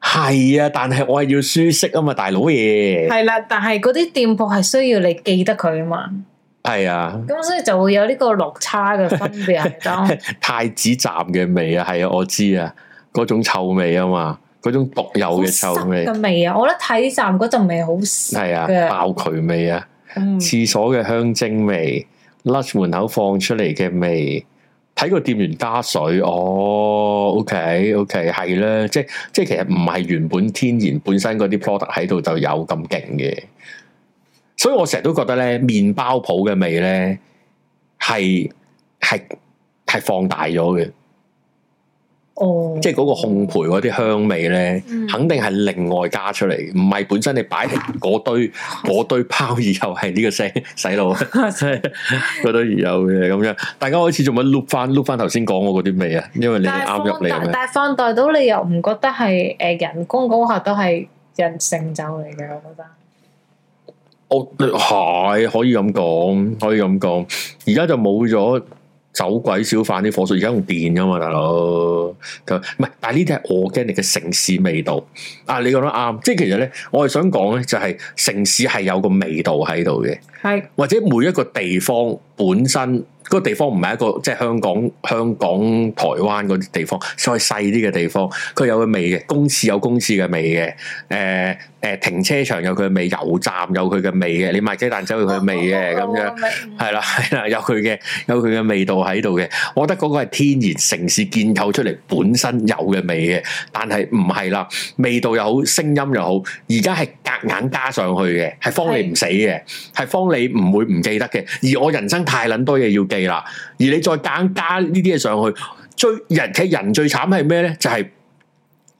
S1: 係啊，但係我係要舒適啊嘛，大佬嘢，
S2: 係啦，但係嗰啲店鋪係需要你記得佢啊嘛，
S1: 係啊，
S2: 咁所以就會有呢個落差嘅分別 喺度。
S1: 太子站嘅味啊，係啊，我知啊，嗰種臭味啊嘛，嗰種獨有嘅臭味
S2: 好，濕嘅味啊！我覺得睇站嗰陣味好 濕
S1: 係啊，
S2: 嘅
S1: 爆渠味啊，
S2: 嗯
S1: 廁所嘅香精味，lunch 門口放出嚟嘅味。睇個店員加水，哦，OK，OK，係啦，即即其實唔係原本天然本身嗰啲 product 喺度就有咁勁嘅，所以我成日都覺得咧，麵包鋪嘅味咧係係係放大咗嘅，
S2: 哦，
S1: 即係嗰個烘焙嗰啲香味咧，
S2: 嗯
S1: 肯定係另外加出嚟，唔係本身你擺喺嗰 堆嗰堆拋以後係呢個聲 洗腦， 嗰堆魚油嘅咁樣。大家開始做乜 loop 翻 loop 翻頭先講我嗰啲味啊？因為你哋
S2: 但係
S1: 啱入
S2: 放
S1: 嚟
S2: 大
S1: 咁樣。
S2: 但係放大到你又唔覺得係誒人工嗰下都係人成就嚟嘅，我覺得。
S1: 我係可以咁講，可以咁講。而家就冇咗走鬼小販啲火水，而家用電噶嘛，大佬。佢唔係，但係呢啲係 organic 嘅城市味道。啊，你講得啱，即係其實咧，我係想講咧，就係城市係有個味道喺度嘅。
S2: 係
S1: 或者每一個地方本身嗰、個地方唔係一個即係香港、香港、台灣嗰啲地方，再細啲嘅地方，佢有個味嘅，公廁有公廁嘅味嘅，誒、誒、停車場有佢嘅味，油站有佢嘅味嘅，你賣雞蛋仔有佢嘅味嘅咁樣。
S2: 樣
S1: 係啦，係啦，有佢嘅有佢嘅味道喺度嘅。我覺得嗰個係天然城市建構出嚟本身有嘅味嘅，但係唔係啦，味道又好，聲音又好，而家係夾硬加上去嘅，係方你唔死嘅，係方你唔會唔記得嘅。而我人生太撚多嘢要記啦，而你再夾硬加呢啲嘢上去，最人其實人最慘係咩咧？就係、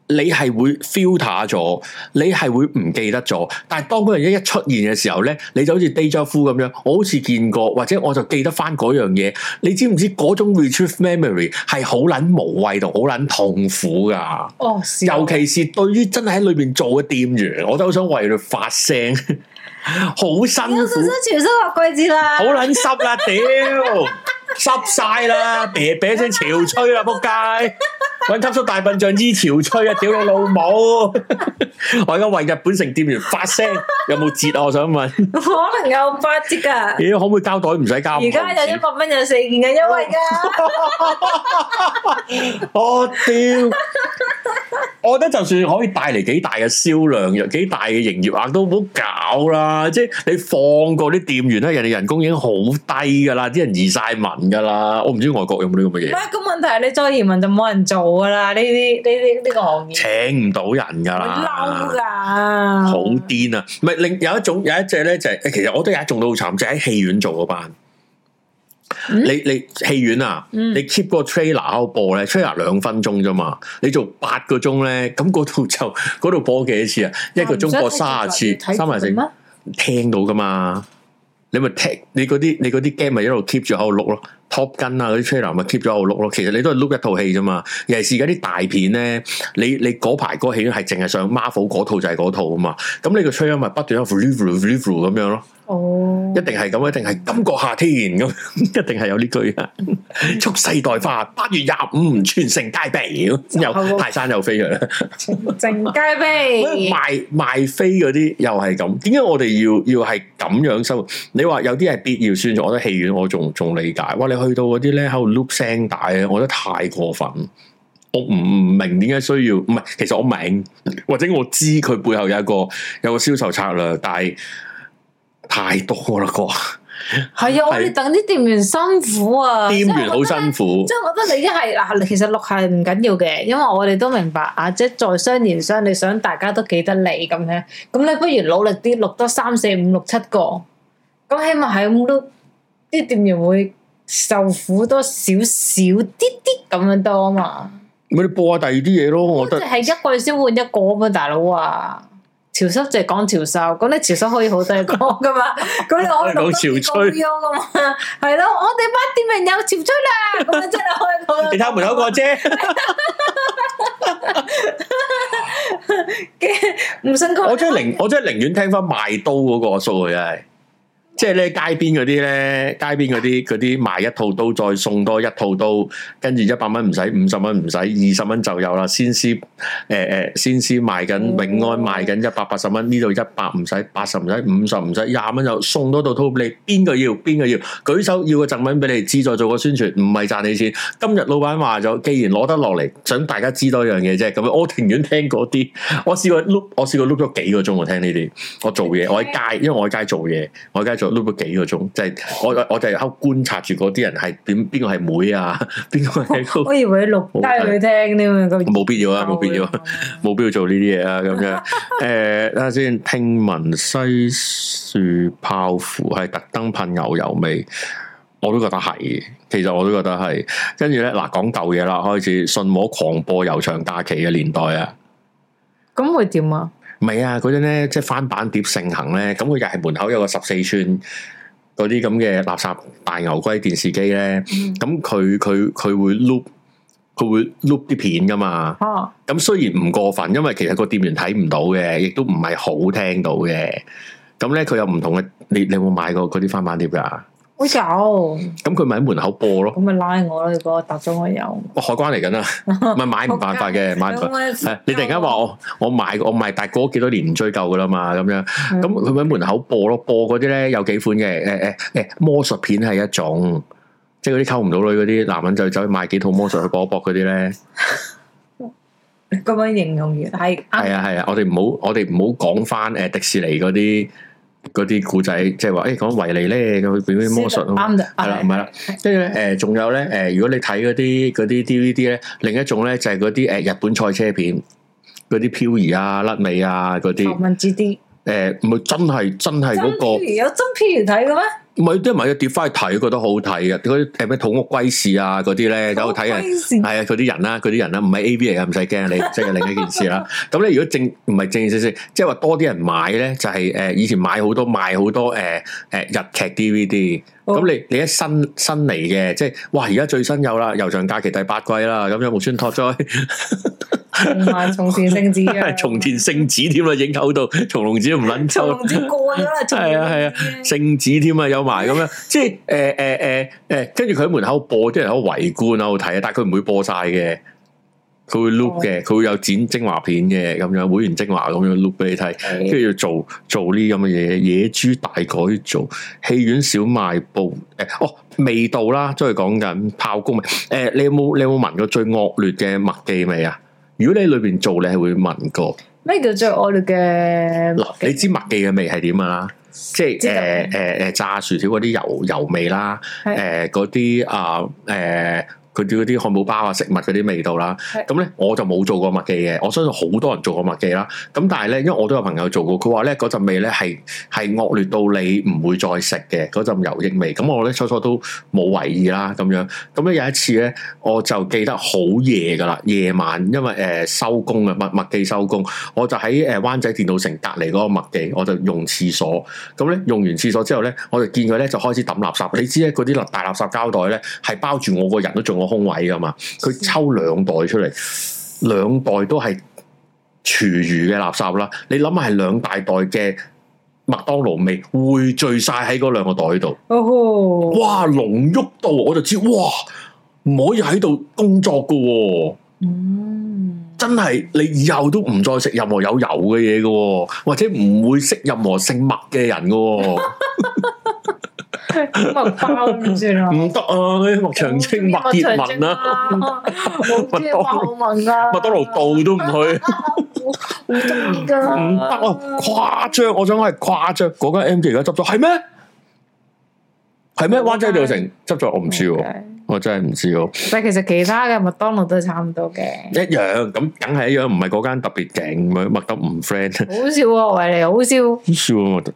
S1: 你係會 filter 咗，你係會唔記得咗。但係當嗰樣嘢一出現嘅時候咧，你就好似 deja vu 咁樣，我好似見過，或者我就記得翻嗰樣嘢。你知唔知嗰種 retrieve memory 係好撚無謂同好撚痛苦㗎？
S2: 哦，是
S1: 尤其是對於真係喺裏邊做嘅店員，我都好想為佢發聲， 好辛
S2: 有信
S1: 苦啊
S2: 心。全身落季節啦，
S1: 好撚濕啦，屌濕晒啦，啤啤聲潮吹啦，仆街！揾吸叔大笨象之潮吹啊，屌你老母！我而家為日本城店員發聲，有冇折啊？我想問，
S2: 可能有八折噶。
S1: 咦，可唔可以膠袋唔使交？
S2: 而家有一百蚊有四件嘅優惠噶，
S1: 我哦屌！我覺得就算可以帶嚟幾大嘅銷量，又幾大嘅營業額都唔好搞啦。即係你放過啲店員咧，人哋人工已經好低噶啦，啲人移晒民噶啦。我唔知外國有冇呢咁嘅
S2: 唔
S1: 嘢。
S2: 係咁問題係你再移民就冇人做噶啦，呢啲呢啲呢個 行業，
S1: 請唔到人噶
S2: 我
S1: 啦
S2: 嬲。噶，
S1: 啊好癲啊！唔係另有一種有一隻咧就係、誒其實我都有一種都好慘，就係喺戲院做嗰班。
S2: 嗯
S1: 你你戲院啊，
S2: 嗯
S1: 你 keep 個 trailer 喺度播咧，trailer 兩分鐘啫嘛，你做八個鐘咧，咁嗰度就嗰度播幾多次啊？一個鐘播卅次，三埋成
S2: 咩？
S1: 聽到噶嘛？你咪聽你嗰啲你嗰啲 game 咪一路 keep 住喺度碌咯， Top Gun 啊嗰啲 trailer 咪 keep 咗喺度碌咯。其實你都係碌一套戲啫嘛。尤其是而家啲大片咧，你你嗰排嗰個戲院係淨係上 Marvel 嗰套就係嗰套啊嘛。咁你個 trailer 咪不斷喺度 review review 咁樣咯。
S2: 哦
S1: 一，定係咁，一定係今個夏天咁， 一定係有呢句啊！蓄勢待發，八月廿五全城皆備，又泰山又飛佢啦。
S2: 靜雞飛，
S1: 賣賣飛嗰啲又係咁，點解我哋要要係咁樣收？你話有啲係必要宣傳，我覺得戲院我仲仲理解。哇！你去到嗰啲咧喺度 loop 聲帶咧，我覺得太過分。我唔唔明點解需要，唔係其實我明，或者我知佢背後有一個有個銷售策略，但係太多啦啩。
S2: 係啊！我哋等啲店員辛苦啊，
S1: 店員好辛苦
S2: 即。係我覺得你一係嗱，其實錄係唔緊要嘅，因為我哋都明白啊，即係在商言商，你想大家都記得你咁咧，咁你不如努力啲錄多三四五六七個，咁起碼係咁都啲店員會受苦多少少啲啲咁樣多啊嘛，
S1: 咪你播下第二啲嘢咯，我
S2: 即
S1: 覺得
S2: 係一個月先換一個啊嘛，大佬啊！潮濕就係講潮濕，咁你潮濕可以好多嘢講噶嘛，咁你可以
S1: 我哋講
S2: 錄
S1: 潮
S2: 多
S1: 吹
S2: 啲歌噶嘛，係咯，我哋班店員有潮吹啦，咁樣真係可以講。
S3: 你睇門口個啫，
S2: 唔信佢，
S1: 我真係寧我真係寧願聽翻賣刀嗰個阿叔佢真係，即係咧街邊嗰啲咧，街邊嗰啲嗰啲賣一套刀再送多一套刀，跟住一百蚊唔使，五十蚊唔使，二十蚊就有啦。先師誒誒，先師賣緊永安賣緊一百八十蚊，呢度一百唔使，八十唔使，五十唔使，廿蚊就送多套刀俾你，邊個要邊個要，舉手要個贈品俾你，資助做個宣傳，唔係賺你錢。今日老闆話咗，既然攞得落嚟，想大家知多樣嘢啫。咁我寧願聽嗰啲。 我試過 loop，我試過 loop 咗幾個鐘。我聽呢啲，我做嘢，我喺街，因為我喺街做嘢，我喺街做 loop 咗幾個鐘，即係我我我就喺度觀察住嗰啲人係點，邊個係妹啊， 邊個係嗰個
S2: 我以為你錄低佢聽添啊，咁
S1: 冇必要啊，冇必要啊。冇必要做呢啲嘢啊，咁樣。誒，睇下先。聽聞西樹泡芙係特登噴牛油味，我都覺得係。其實我都覺得係。跟住咧，嗱講舊嘢啦，開始信和狂播悠長假期嘅年代啊。
S2: 咁會點啊？
S1: 唔係啊，嗰陣咧即係翻版碟盛行咧，咁佢又係門口有個十四寸嗰啲咁嘅垃圾大牛龜電視機咧，咁佢佢佢會 loop 佢會 loop 啲片噶嘛。
S2: 哦，
S1: 咁雖然唔過分，因為其實個店員睇唔到嘅，亦都唔係好聽到嘅。咁咧佢有唔同嘅，你你有冇買過嗰啲翻版碟㗎？
S2: 我有，咁
S1: 咁佢咪喺門口播咯，
S2: 咪拉我啦！如果我答咗我有，
S1: 哦海關嚟緊啦， 咪買唔辦法嘅，買唔辦。係你突然間話我我買我賣大哥幾多年唔追究噶啦嘛咁樣，咁佢咪喺門口播咯，播嗰啲咧有幾款嘅，誒誒誒魔術片係一種，即係嗰啲溝唔到女嗰啲男人就走去買幾套魔術去搏一搏嗰啲咧。
S2: 咁樣形容完係
S1: 係
S2: 啱，
S1: 啊係啊，我哋唔好我哋唔好講翻誒迪士尼嗰啲嗰啲古仔，即係話誒講維尼咧，佢表演魔術啊嘛，
S2: 啱就
S1: 係啦唔係啦，跟住咧誒仲有咧誒、如果你睇嗰啲嗰啲 DVD 咧，另一種咧就係嗰啲誒日本賽車片。嗰啲漂移啊、甩尾啊嗰啲，
S2: 頭文字 D，
S1: 誒唔係真係真係嗰、
S2: 真
S1: 個，
S2: 譬如有真譬如睇嘅咩？
S1: 唔係啲人買咗碟翻去睇，覺得好好睇嘅。嗰啲誒咩土屋龜事啊嗰啲咧，有睇人
S2: 人，
S1: 係啊，佢啲人啦，佢啲人啦，唔係 A V 嚟噶，唔使驚，啊你即係另一件事啦。 咁你如果正唔係正正式式，即係話多啲人買咧，就係、誒、以前買好多賣好多誒誒、日劇 D V D。
S2: 好
S1: 咁你你一新新嚟嘅，即係哇！而家最新有啦，《悠長假期》第八季啦，咁樣木村拓哉
S2: 同埋從前聖子 啊，
S1: 松田聖子添啦，影口度松隆子都唔撚
S2: 從
S1: 抽。
S2: 龍之過咗啦，
S1: 係啊係啊，聖子添啊，有埋咁樣， 即係呃誒誒誒誒，呃跟住佢喺門口播，啲人喺度圍觀喺度睇啊，但係佢唔會播晒嘅，佢會 loop 嘅，佢會有剪精華片嘅，咁樣會員精華咁樣 loop 俾你睇，
S2: 嗯
S1: 跟住要做做呢啲咁嘅嘢，野豬大改造，戲院小賣部，誒、哦味道啦，都係講緊炮谷味，誒、你有冇你有冇聞過最惡劣嘅麥記味啊？如果你喺裏邊做，你係會聞過。
S2: 咩叫最惡劣嘅？
S1: 嗱，你知麥記嘅味係點啊噶啦？即係
S2: 知道
S1: 誒誒誒炸薯條嗰啲油油味啦，誒
S2: 係
S1: 嗰啲啊誒佢啲嗰啲漢堡包啊、食物嗰啲味道啦。
S2: 係
S1: 咁咧我就冇做過麥記嘅，我相信好多人做過麥記啦。咁但係咧，因為我都有朋友做過，佢話咧嗰陣味咧係係惡劣到你唔會再食嘅嗰陣油益味。咁我咧初初都冇為意啦咁樣。咁咧有一次咧，我就記得好夜㗎啦，夜晚因為誒收工啊，麥麥記收工，我就喺誒灣仔電腦城隔離嗰個麥記，我就用廁所。咁咧用完廁所之後咧，我就見佢咧就開始抌垃圾。你知咧嗰啲大垃圾膠袋咧係包住我個人都仲有空位噶嘛，佢抽兩袋出嚟，兩袋都係廚餘嘅垃圾啦。你諗下係兩大袋嘅麥當勞味匯聚晒喺嗰兩個袋度，
S2: 哦，
S1: 哇！濃郁到我就知，哇！唔可以喺度工作噶喎、
S2: 嗯，
S1: 真係你以後都唔再食任何有油嘅嘢嘅喎，或者唔會識任何姓麥嘅人嘅喎。
S2: 咁啊包咁算啦。
S1: 唔得啊！嗰啲麥長
S2: 哦
S1: 青、麥
S2: 啊
S1: 葉文啦，
S2: 啦，我知
S1: 麥當
S2: 麥浩文啊，
S1: 麥當勞道都唔去，
S2: 唔中意噶，
S1: 唔得啊！誇張，我想講係誇張。嗰間 M 記而家執咗，係咩？係咩？灣仔料城執咗，我唔知喎，
S2: OK
S1: 我真係唔知喎。
S2: 但係其實其他嘅麥當勞都係差唔多嘅。
S1: 一樣咁，梗係一樣，唔係嗰間特別勁，咪麥得唔 friend，
S2: 好笑啊，維尼，好笑！
S1: 好笑啊！我覺得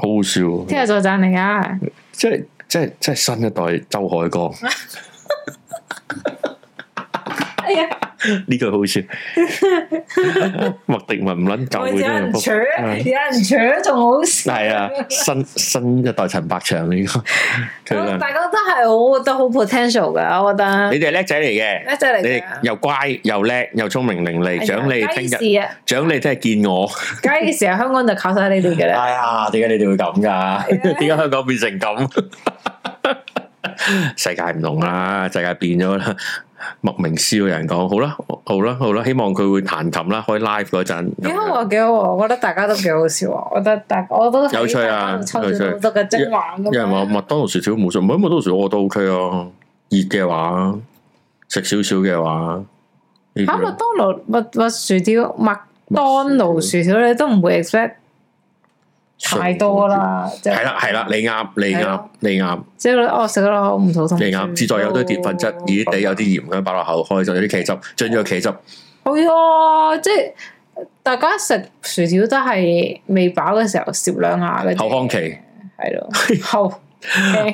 S1: 好好笑
S2: 聽
S1: 啊，
S2: 日再讚你啊！
S1: 即係即係即係新一代周海光。
S2: 哎呀，
S1: 呢句好笑，麥迪文唔撚夠
S2: 有
S1: 嘅
S2: 人
S1: 啫，
S2: 搶，有人搶仲好笑。
S1: 係啊，新新一代陳百祥呢個，佢
S2: 我
S1: 啦，
S2: 大家都係我覺得好 potential 噶，我覺得
S1: 你哋係叻仔嚟嘅，
S2: 一隻嚟
S1: 你哋
S2: 嘅。
S1: 又乖又叻又聰明伶俐，
S2: dạ,
S1: 獎你聽日，
S2: 日，
S1: 獎你聽日見我，
S2: 假嘅時候香港就靠晒你哋嘅 啦。
S1: 哎呀，點解你哋會咁噶？ 點解香港變成 咁？世界唔同啦，世界變咗啦。莫名思有人講，好啦，好啦，好啦，希望佢會彈琴啦，開 live 嗰陣。
S2: 幾好啊，幾好啊！我覺得大家都幾好笑啊！我覺得大，我都
S1: 有趣啊
S2: 抽
S1: 有趣
S2: 咗好多嘅精華咁啊
S1: 有人話
S2: 樣。
S1: 麥當勞薯條冇錯，唔係麥當勞薯條我都 OK 啊。熱嘅話，食少少嘅話，呢
S2: 嚇！
S1: 啲
S2: 麥
S1: 咯
S2: 當勞麥麥薯條、麥當勞薯條，你都唔會 expect 太多。啦。即
S1: 係
S2: 係
S1: 啦，係啦，你啱，你
S2: 係
S1: 啱
S2: 咯，嗯
S1: 你啱，
S2: 即係我食咗落口唔肚痛。
S1: 你啱。自助有都澱粉質，
S2: 哦
S1: 熱熱地有啲鹽咁擺落口，開就有啲茄汁，進咗茄汁。
S2: 嗯係啊，即係大家食薯條都係未飽嘅時候攝兩下嘅啫。
S1: 口腔 期
S2: 係咯，後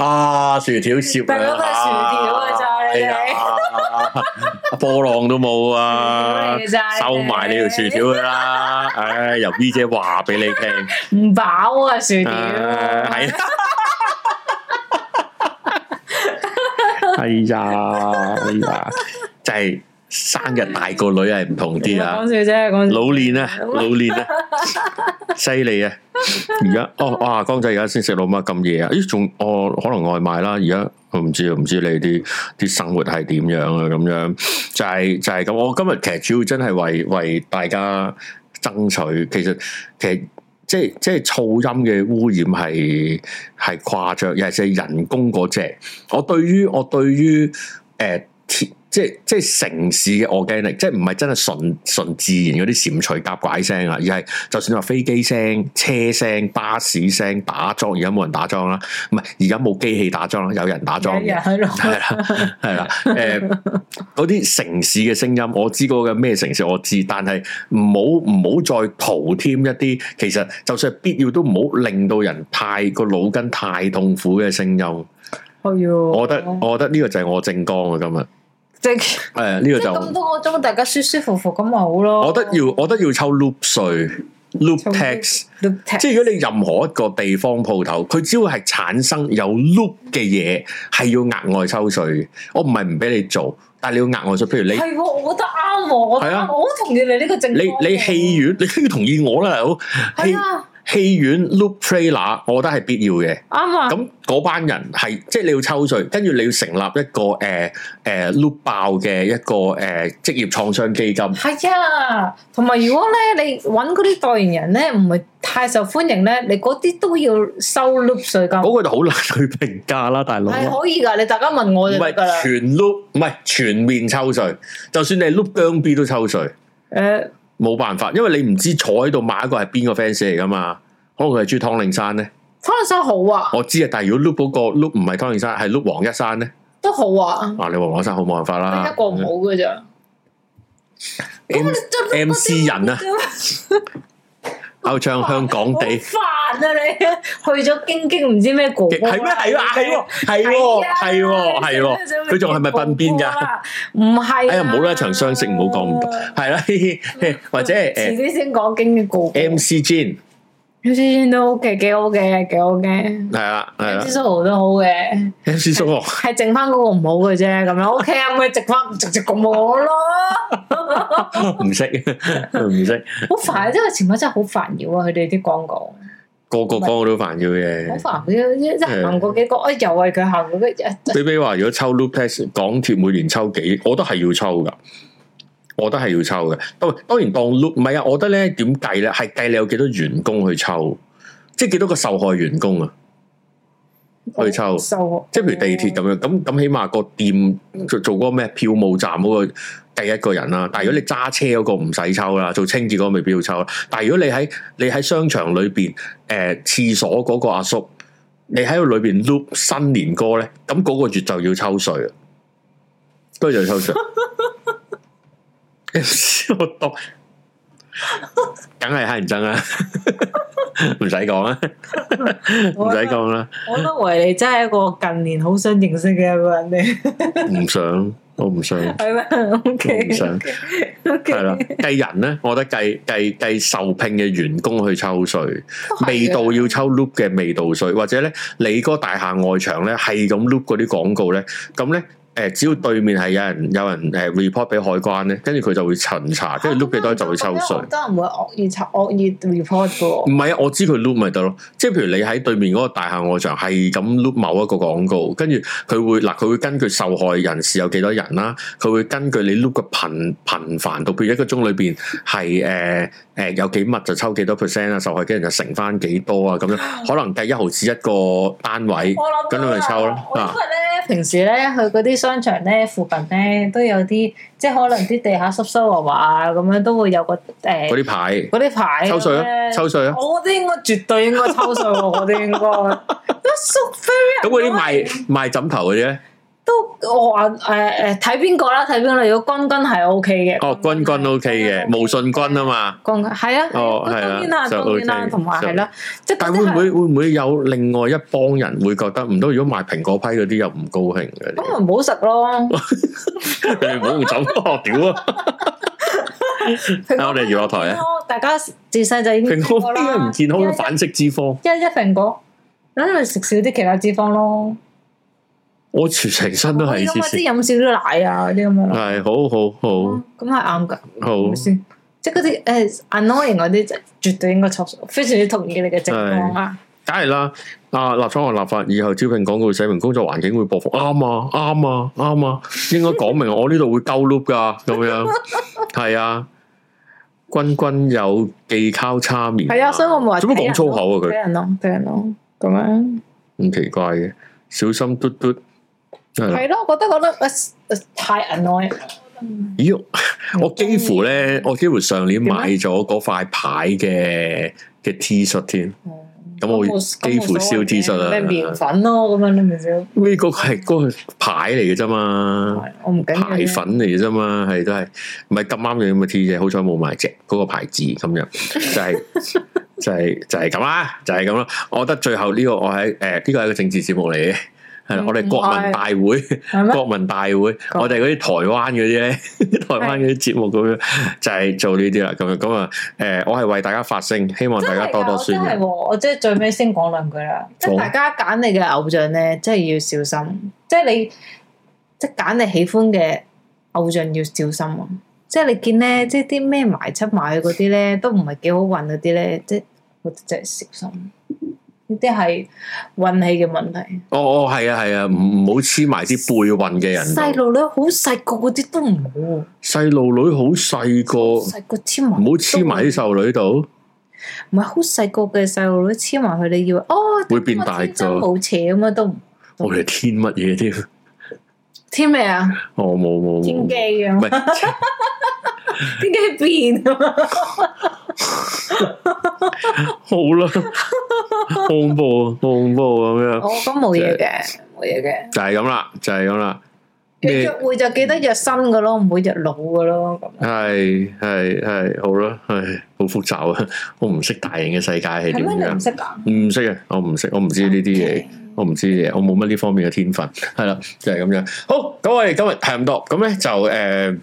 S1: 啊，薯條攝
S2: 大家都係薯條啊咋你哋
S1: 哋 波浪都冇啊
S2: 薯條嚟嘅咋，
S1: 收埋你條薯條㗎啦。唉，由 V 姐話俾你聽。
S2: 唔飽啊薯條，
S1: À, 係啊，係呀，哎呀，就係生日大個女係唔同啲啊
S2: 講，笑啫，講笑
S1: 老練啊，老練啊，犀利啊！而家哦，哇，江仔而家先食老媽咁夜啊？咦，仲哦，可能外賣啦，而家。我唔知，唔知你啲啲生活係點樣啊？咁樣就係、就係、咁。我今日其實主要真係為為大家爭取。其實其實即係即係噪音嘅污染係係誇張，尤其是人工嗰只。我對於我對於誒、呃鐵即係即係城市嘅 organic，即係唔係真係純純自然嗰啲蟬除夾拐聲啊，而係就算話飛機聲、車聲、巴士聲打樁，而家冇人打樁啦，唔係而家冇機器打樁啦，有人打樁
S2: 有人
S1: 嘅。
S2: 喺度
S1: 係啦，係啦，誒、嗰啲城市嘅聲音，我知嗰個咩城市我知，但係唔好唔好再徒添一啲，其實就算係必要都唔好令到人太個腦筋太痛苦嘅聲音。
S2: 哎喲
S1: 我覺得我覺得呢個就係我正光啊，今日
S2: 即
S1: 誒呢個
S2: 即
S1: 就
S2: 咁多個鐘，大家舒舒服服咁咪好咯。
S1: 我覺得要我覺得要抽 loop 稅 loop
S2: 抽
S1: tax。
S2: 要踢
S1: 即係如果你任何一個地方鋪頭，佢只要係產生有 loop 嘅嘢，係要額外抽稅嘅。我唔係唔俾你做，但係你要額外稅。譬如你
S2: 係喎，我覺得啱喎，我覺得
S1: 係啊
S2: 啱我好同意你呢個政綱喎。
S1: 你你戲院， 你都要同意我啦，大佬。戲
S2: 係啊，
S1: 戲院 loop trailer，我覺得係必要嘅。
S2: 啱啊，
S1: 咁嗰班人係即係你要抽税，跟住你要成立一個誒誒、呃 loop 爆嘅一個誒、呃、職業創傷基金。
S2: 係啊，同埋如果咧你揾嗰啲代言人咧唔係太受歡迎咧，你嗰啲都要收 loop 税金，
S1: 嗰個就好難去評價啦，大佬。
S2: 係
S1: 唔
S2: 可以㗎。你大家問我就得
S1: 係
S2: 㗎啦。
S1: 全 loop，唔係全面抽税，就算你係 loop 姜 B 都抽税，
S2: 誒，
S1: 冇辦法，因為你唔知坐喺度買一個係邊個 fans 嚟噶嘛。可能佢係中意湯令山咧，
S2: 方力申好啊，
S1: 我知啊。但係如果 loop 嗰個 loop 唔係湯令山，係 loop 黃一山咧，
S2: 都好啊，
S1: 啊，你話黃生好冇辦法
S2: 得
S1: 啦嗯
S2: 一個唔好嘅咋。
S1: M- MC 人啊，勾唱香港
S2: 好
S1: 地。
S2: 煩啊你！ 去咗京京唔知咩哥哥
S1: 系咩？
S2: 啊
S1: 系喎，系喎，系
S2: 係
S1: 喎，
S2: 啊
S1: 系喎，系喎。佢仲係咪鬢邊㗎？
S2: 唔係啊。嗯
S1: 哎呀，唔好啦，長相識，唔好講咁多。係啦，嘿嘿嘿或者
S2: 遲
S1: 诶
S2: 啲先講經嘅告。
S1: ，M C Jin
S2: 先先都 OK，幾好嘅，幾好嘅。
S1: 係啦，係啦
S2: 啲蘇豪都好嘅，
S1: ，M C 叔喎，
S2: 係剩翻嗰個唔好嘅啫。咁樣 OK 啊，咪直翻直直咁我咯。
S1: 唔識，唔識，
S2: 好煩，因為前排真係好煩擾啊！佢哋啲廣告
S1: 個個歌都煩要
S2: 好
S1: 嘅。
S2: 煩，一一行過幾個，哎又係佢行過一
S1: 比比話：如果抽 loop test，港鐵每年抽幾，我覺得係要抽噶，我覺得係要抽嘅。當當然當 loop 唔係啊，我覺得咧點計咧係計你有幾多員工去抽，即係幾多個受害員工啊。去抽
S2: 收，
S1: 即係譬如地鐵咁樣，咁咁起碼個店做做嗰個咩票務站嗰個計一個人啦。但係如果你揸車嗰個唔使抽啦，做清潔嗰個未必要抽啦。但係如果你喺你喺商場裏邊誒廁所嗰個阿叔，你喺度裏邊 loop 新年歌咧，咁嗰個月就要抽税啊，都要抽税。 我當梗係乞人憎啦，唔使講啦，唔使講啦。
S2: 我覺得維尼真係一個近年好想認識嘅一個人嚟，
S1: 唔想，我唔想，我
S2: 係咩？OK，
S1: 唔想，
S2: OK
S1: 系啦。計人咧，我覺得計計計受聘嘅員工去抽税，
S2: 係嘅啊
S1: 味道要抽 loop 嘅味道税，或者咧你嗰個大廈外牆咧係咁 loop 嗰啲廣告咧，咁咧。誒，只要對面係有人有人誒 report 俾海關咧，跟住佢就會巡查，跟住 loop 幾多就會抽税。
S2: 好多人會惡意查、惡意 report 嘅
S1: 唔
S2: 喎。
S1: 係啊，我知佢 loop 咪得咯，即係譬如你喺對面嗰個大廈外牆係咁 loop 某一個廣告，跟住佢會嗱，佢會根據受害人士有幾多人啦，佢會根據你 loop 嘅頻頻繁度，譬如一個鐘裏邊係誒誒有幾密就抽幾多 percent 啊，受害嘅人就乘翻幾多啊咁樣，可能計一毫子一個單位，
S2: 我諗
S1: 咁你咪抽咯
S2: 因
S1: 啊
S2: 為咧平時咧去嗰啲商場咧附近咧都有啲，即係可能啲地下濕濕滑滑啊咁樣都會有個誒
S1: 嗰啲牌
S2: 嗰啲牌
S1: 抽税啊，
S2: 咧
S1: 抽税啊，
S2: 我嗰啲應該絕對應該抽水喎，我啲 應該。咁
S1: 咁嗰啲賣賣枕頭嗰啲咧，
S2: 都我話誒誒睇邊個啦，睇邊個啦。如果君君係 O K 嘅，
S1: 哦，君君 OK 嘅，無信君啊嘛。
S2: 君君係啊，
S1: 哦
S2: 係啊
S1: 係啦
S2: 當然啦，
S1: 就
S2: 當然啦，
S1: OK，
S2: 同埋係啦，即係
S1: 但
S2: 嗰
S1: 會
S2: 啲
S1: 唔
S2: 係
S1: 會會唔會有另外一幫人會覺得唔到？如果賣蘋果批嗰啲又唔高興嘅，
S2: 咁咪唔好食
S1: 哦
S2: 咯。
S1: 你哋唔好用枕頭屌 啊！我哋娛樂台啊，
S2: 大家自細就已經
S1: 蘋
S2: 知
S1: 果
S2: 過
S1: 批啊
S2: 啦
S1: 唔健康
S2: 一
S1: 嘅反式脂肪，
S2: 一一蘋果，咁咪食少啲其他脂肪咯。
S1: 我全成身都哦係
S2: 咁
S1: 黐
S2: 啊，啲
S1: 線，
S2: 飲少啲奶啊，啲咁樣咯。
S1: 係好好好
S2: 咁係啱㗎，係
S1: 好
S2: 咪，先？即係嗰啲誒 annoying 嗰啲，就絕對應該抽水，非常之同意你嘅情況啊。
S1: 梗係啦！啊，立廠行立法以後招聘廣告寫明工作環境會播放，啱啊啱啊啱啊，應該講明我呢度會鳩 loop 噶咁樣，係啊。君君有技巧差面，
S2: 係啊，所以我咪話
S1: 做乜講粗口啊佢
S2: 睇？人咯，睇人咯，咁樣
S1: 唔奇怪嘅，小心嘟嘟。係啦
S2: 係咯，我覺得覺得呃呃太 annoying。
S1: 咦，我幾乎咧，我幾乎上年買咗嗰塊牌嘅嘅 T 恤添，
S2: 嗯
S1: 咁我
S2: 冇
S1: 幾乎燒 T 恤啦。啊
S2: 咩
S1: 呢
S2: 麵粉咯，咁樣你咪少。
S1: 個係嗰個牌嚟嘅啫嘛，
S2: 我唔緊要
S1: 牌
S2: 嘅。
S1: 嗯粉嚟嘅啫嘛，係都係，唔係咁啱嘅咁嘅 T 啫，好彩冇買隻嗰個牌子咁樣，就係、 就係、就係咁啦，就係咁啦。我覺得最後呢個我喺誒呢個係一個政治節目嚟嘅，係啦，
S2: 嗯
S1: 我哋國民大會。
S2: 係咩？
S1: 國民大會，我哋嗰啲台灣嗰啲咧， 台灣嗰啲節目咁樣就係做呢啲啦，咁樣咁啊，誒，我係為大家發聲，希望大家多多宣
S2: 真係
S1: 揚。
S2: 喎，我即係最尾先講兩句啦。即係
S1: 好
S2: 大家揀你嘅偶像咧，真係要小心。即係你即係揀你喜歡嘅偶像要小心啊！即係你見
S1: 嗯
S2: 咧，即係啲咩埋出埋去嗰啲咧，都唔係幾好運嗰啲咧，即係我覺得真係小心。呢啲係運氣嘅問題。
S1: 哦哦，係啊係啊，唔唔好黐埋啲背運嘅人
S2: 細
S1: 度。
S2: 路女好細個嗰啲都唔好
S1: 細路女好細個，
S2: 喎，
S1: 唔
S2: 細個黐埋
S1: 好黐埋啲細路女度，
S2: 唔係好細個嘅細路女黐埋佢，你以為哦
S1: 會變大
S2: 我天真
S1: 個。
S2: 冇邪咁啊都唔
S1: 我哋天乜嘢添？
S2: 添咩
S3: à?
S2: 啊？
S1: 我冇冇
S2: 天機
S1: 冇，
S2: 啊
S1: 唔！係
S2: 天機變啊！
S1: 好啦，恐怖啊恐怖啊咁樣。啊
S2: 哦我咁冇嘢嘅，冇嘢嘅。
S1: 就係咁啦，就係咁啦。
S2: 你
S1: 咩
S2: 約會就記得約新嘅咯，唔會約老嘅咯。咁
S1: 係係係好啦，係好複雜啊！我唔識大型嘅世界係
S2: 係
S1: 點
S2: 咩？你唔
S1: 樣，
S2: 識啊？
S1: 唔識啊！我唔識，我唔知呢啲嘢，我唔知嘢，我冇乜呢方面嘅天分，係啦，就係咁樣。好，咁我哋今日係咁多，咁咧就誒。呃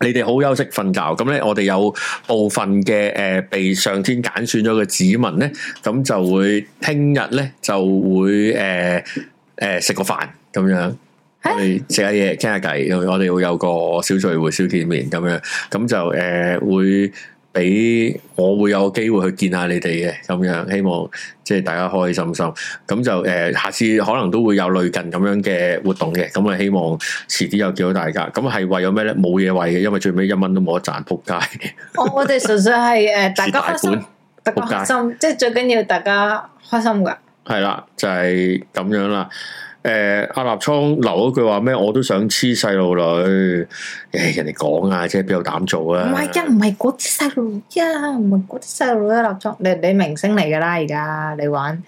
S1: 你哋好休息瞓覺，咁咧我哋有部分嘅誒、呃被上天揀選咗嘅子民咧，咁就會聽日咧就會誒誒食個飯咁樣，我哋食下嘢傾下偈，我哋會有個小聚會、小見面咁樣，咁就誒、呃、會俾我會有機會去見下你哋嘅咁樣，希望即係大家開開心心，咁就誒、呃下次可能都會有類近咁樣嘅活動嘅，咁啊希望。遲啲又叫到大家，咁啊係為咗咩咧？冇嘢為嘅，因為最尾一蚊都冇得賺，仆街。
S2: 我我哋純 粹係誒大家開
S1: 蝕
S2: 心，大家開心，即係最緊要大家開心噶。
S1: 係啦，就係、咁樣啦。誒、阿立倉留嗰句話咩？我都想黐細路女。誒、人哋講啊，即係邊有膽做
S2: 唔
S1: 啊？
S2: 係呀，唔係嗰啲細路呀，唔係嗰啲細路呀，立足。你你明星嚟噶啦，而家你玩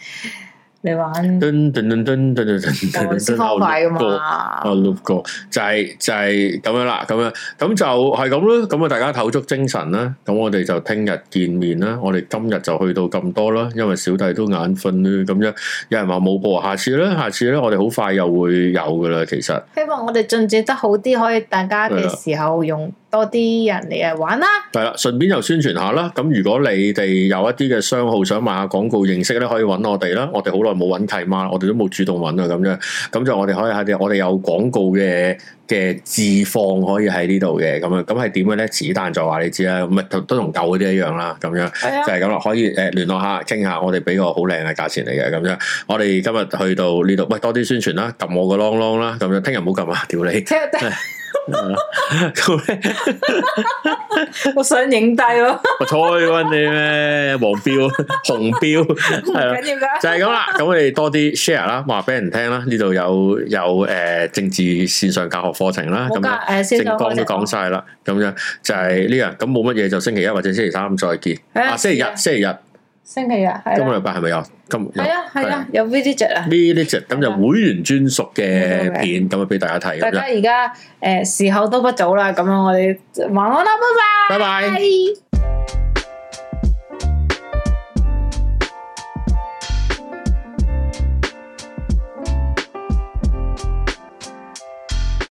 S2: 你玩
S1: 噔噔噔噔噔噔噔
S2: 我
S1: 噔
S2: 消
S1: 噔，
S2: 哦方塊噶
S1: 我
S2: 嘛
S1: 啊。loop 過，就係、就係、咁樣啦，咁樣咁就係咁咯，咁啊大家唞足精神啦，咁我哋就聽日見面啦，我哋今日就去到咁多啦，因為小弟都眼瞓啦，咁樣有人話冇播，下次咧，下次咧，我哋好快又會有噶啦，其實
S2: 希望我哋進展得好啲，可以大家嘅時候用多啲人嚟誒 玩啦。
S1: 係啦，順便又宣傳下啦，咁如果你哋有一啲嘅商號想賣下廣告認識咧，可以揾我哋啦，我哋好耐冇揾契媽啦，我哋都冇主動揾啊，咁樣咁就我哋可以喺啲我哋有廣告嘅。嘅置放可以喺呢度嘅咁樣，咁係點嘅咧？子彈就話你知啦，咁啊都都同舊嗰啲一樣啦，咁樣
S2: 係
S1: 就
S2: 啊，
S1: 係咁啦，可以誒聯絡下傾下，我哋俾個好靚嘅價錢嚟嘅咁樣。我哋今日去到呢度，喂多啲宣傳啦，撳我個啷啷啦，咁樣聽日唔好撳啊，屌 你！
S2: 聽聽
S1: 咁咧，
S2: 我想影低咯，
S1: 我吹温你咩？黃標、紅標
S2: 唔
S1: 係啦。
S2: 緊要噶。
S1: 就係咁啦，咁我哋多啲 share 啦，話俾人聽啦。呢度有有誒、呃政治線上教學課程啦，
S2: 好
S1: 咁樣
S2: 噶，誒先
S1: 正
S2: 生
S1: 光都講晒啦，咁樣就係呢樣。咁冇乜嘢就星期一或者星期三再見。
S2: 係啊
S1: 啊，星期日
S2: 係啊，
S1: 星期日，
S2: 星期日係
S1: 今個
S2: 啦，
S1: 禮拜係咪有？今有
S2: 係啊係
S1: 係
S2: 啊
S1: 啊，
S2: 有 video 啊。
S1: 呢呢只咁就
S2: 係啊
S1: 會員專屬嘅
S2: 冇錯嘅
S1: 片，咁啊俾大家睇咁
S2: 大家
S1: 樣。
S2: 而家誒時候都不早啦，咁樣我哋晚安啦，
S1: 拜
S2: 拜
S1: 拜。
S2: 拜。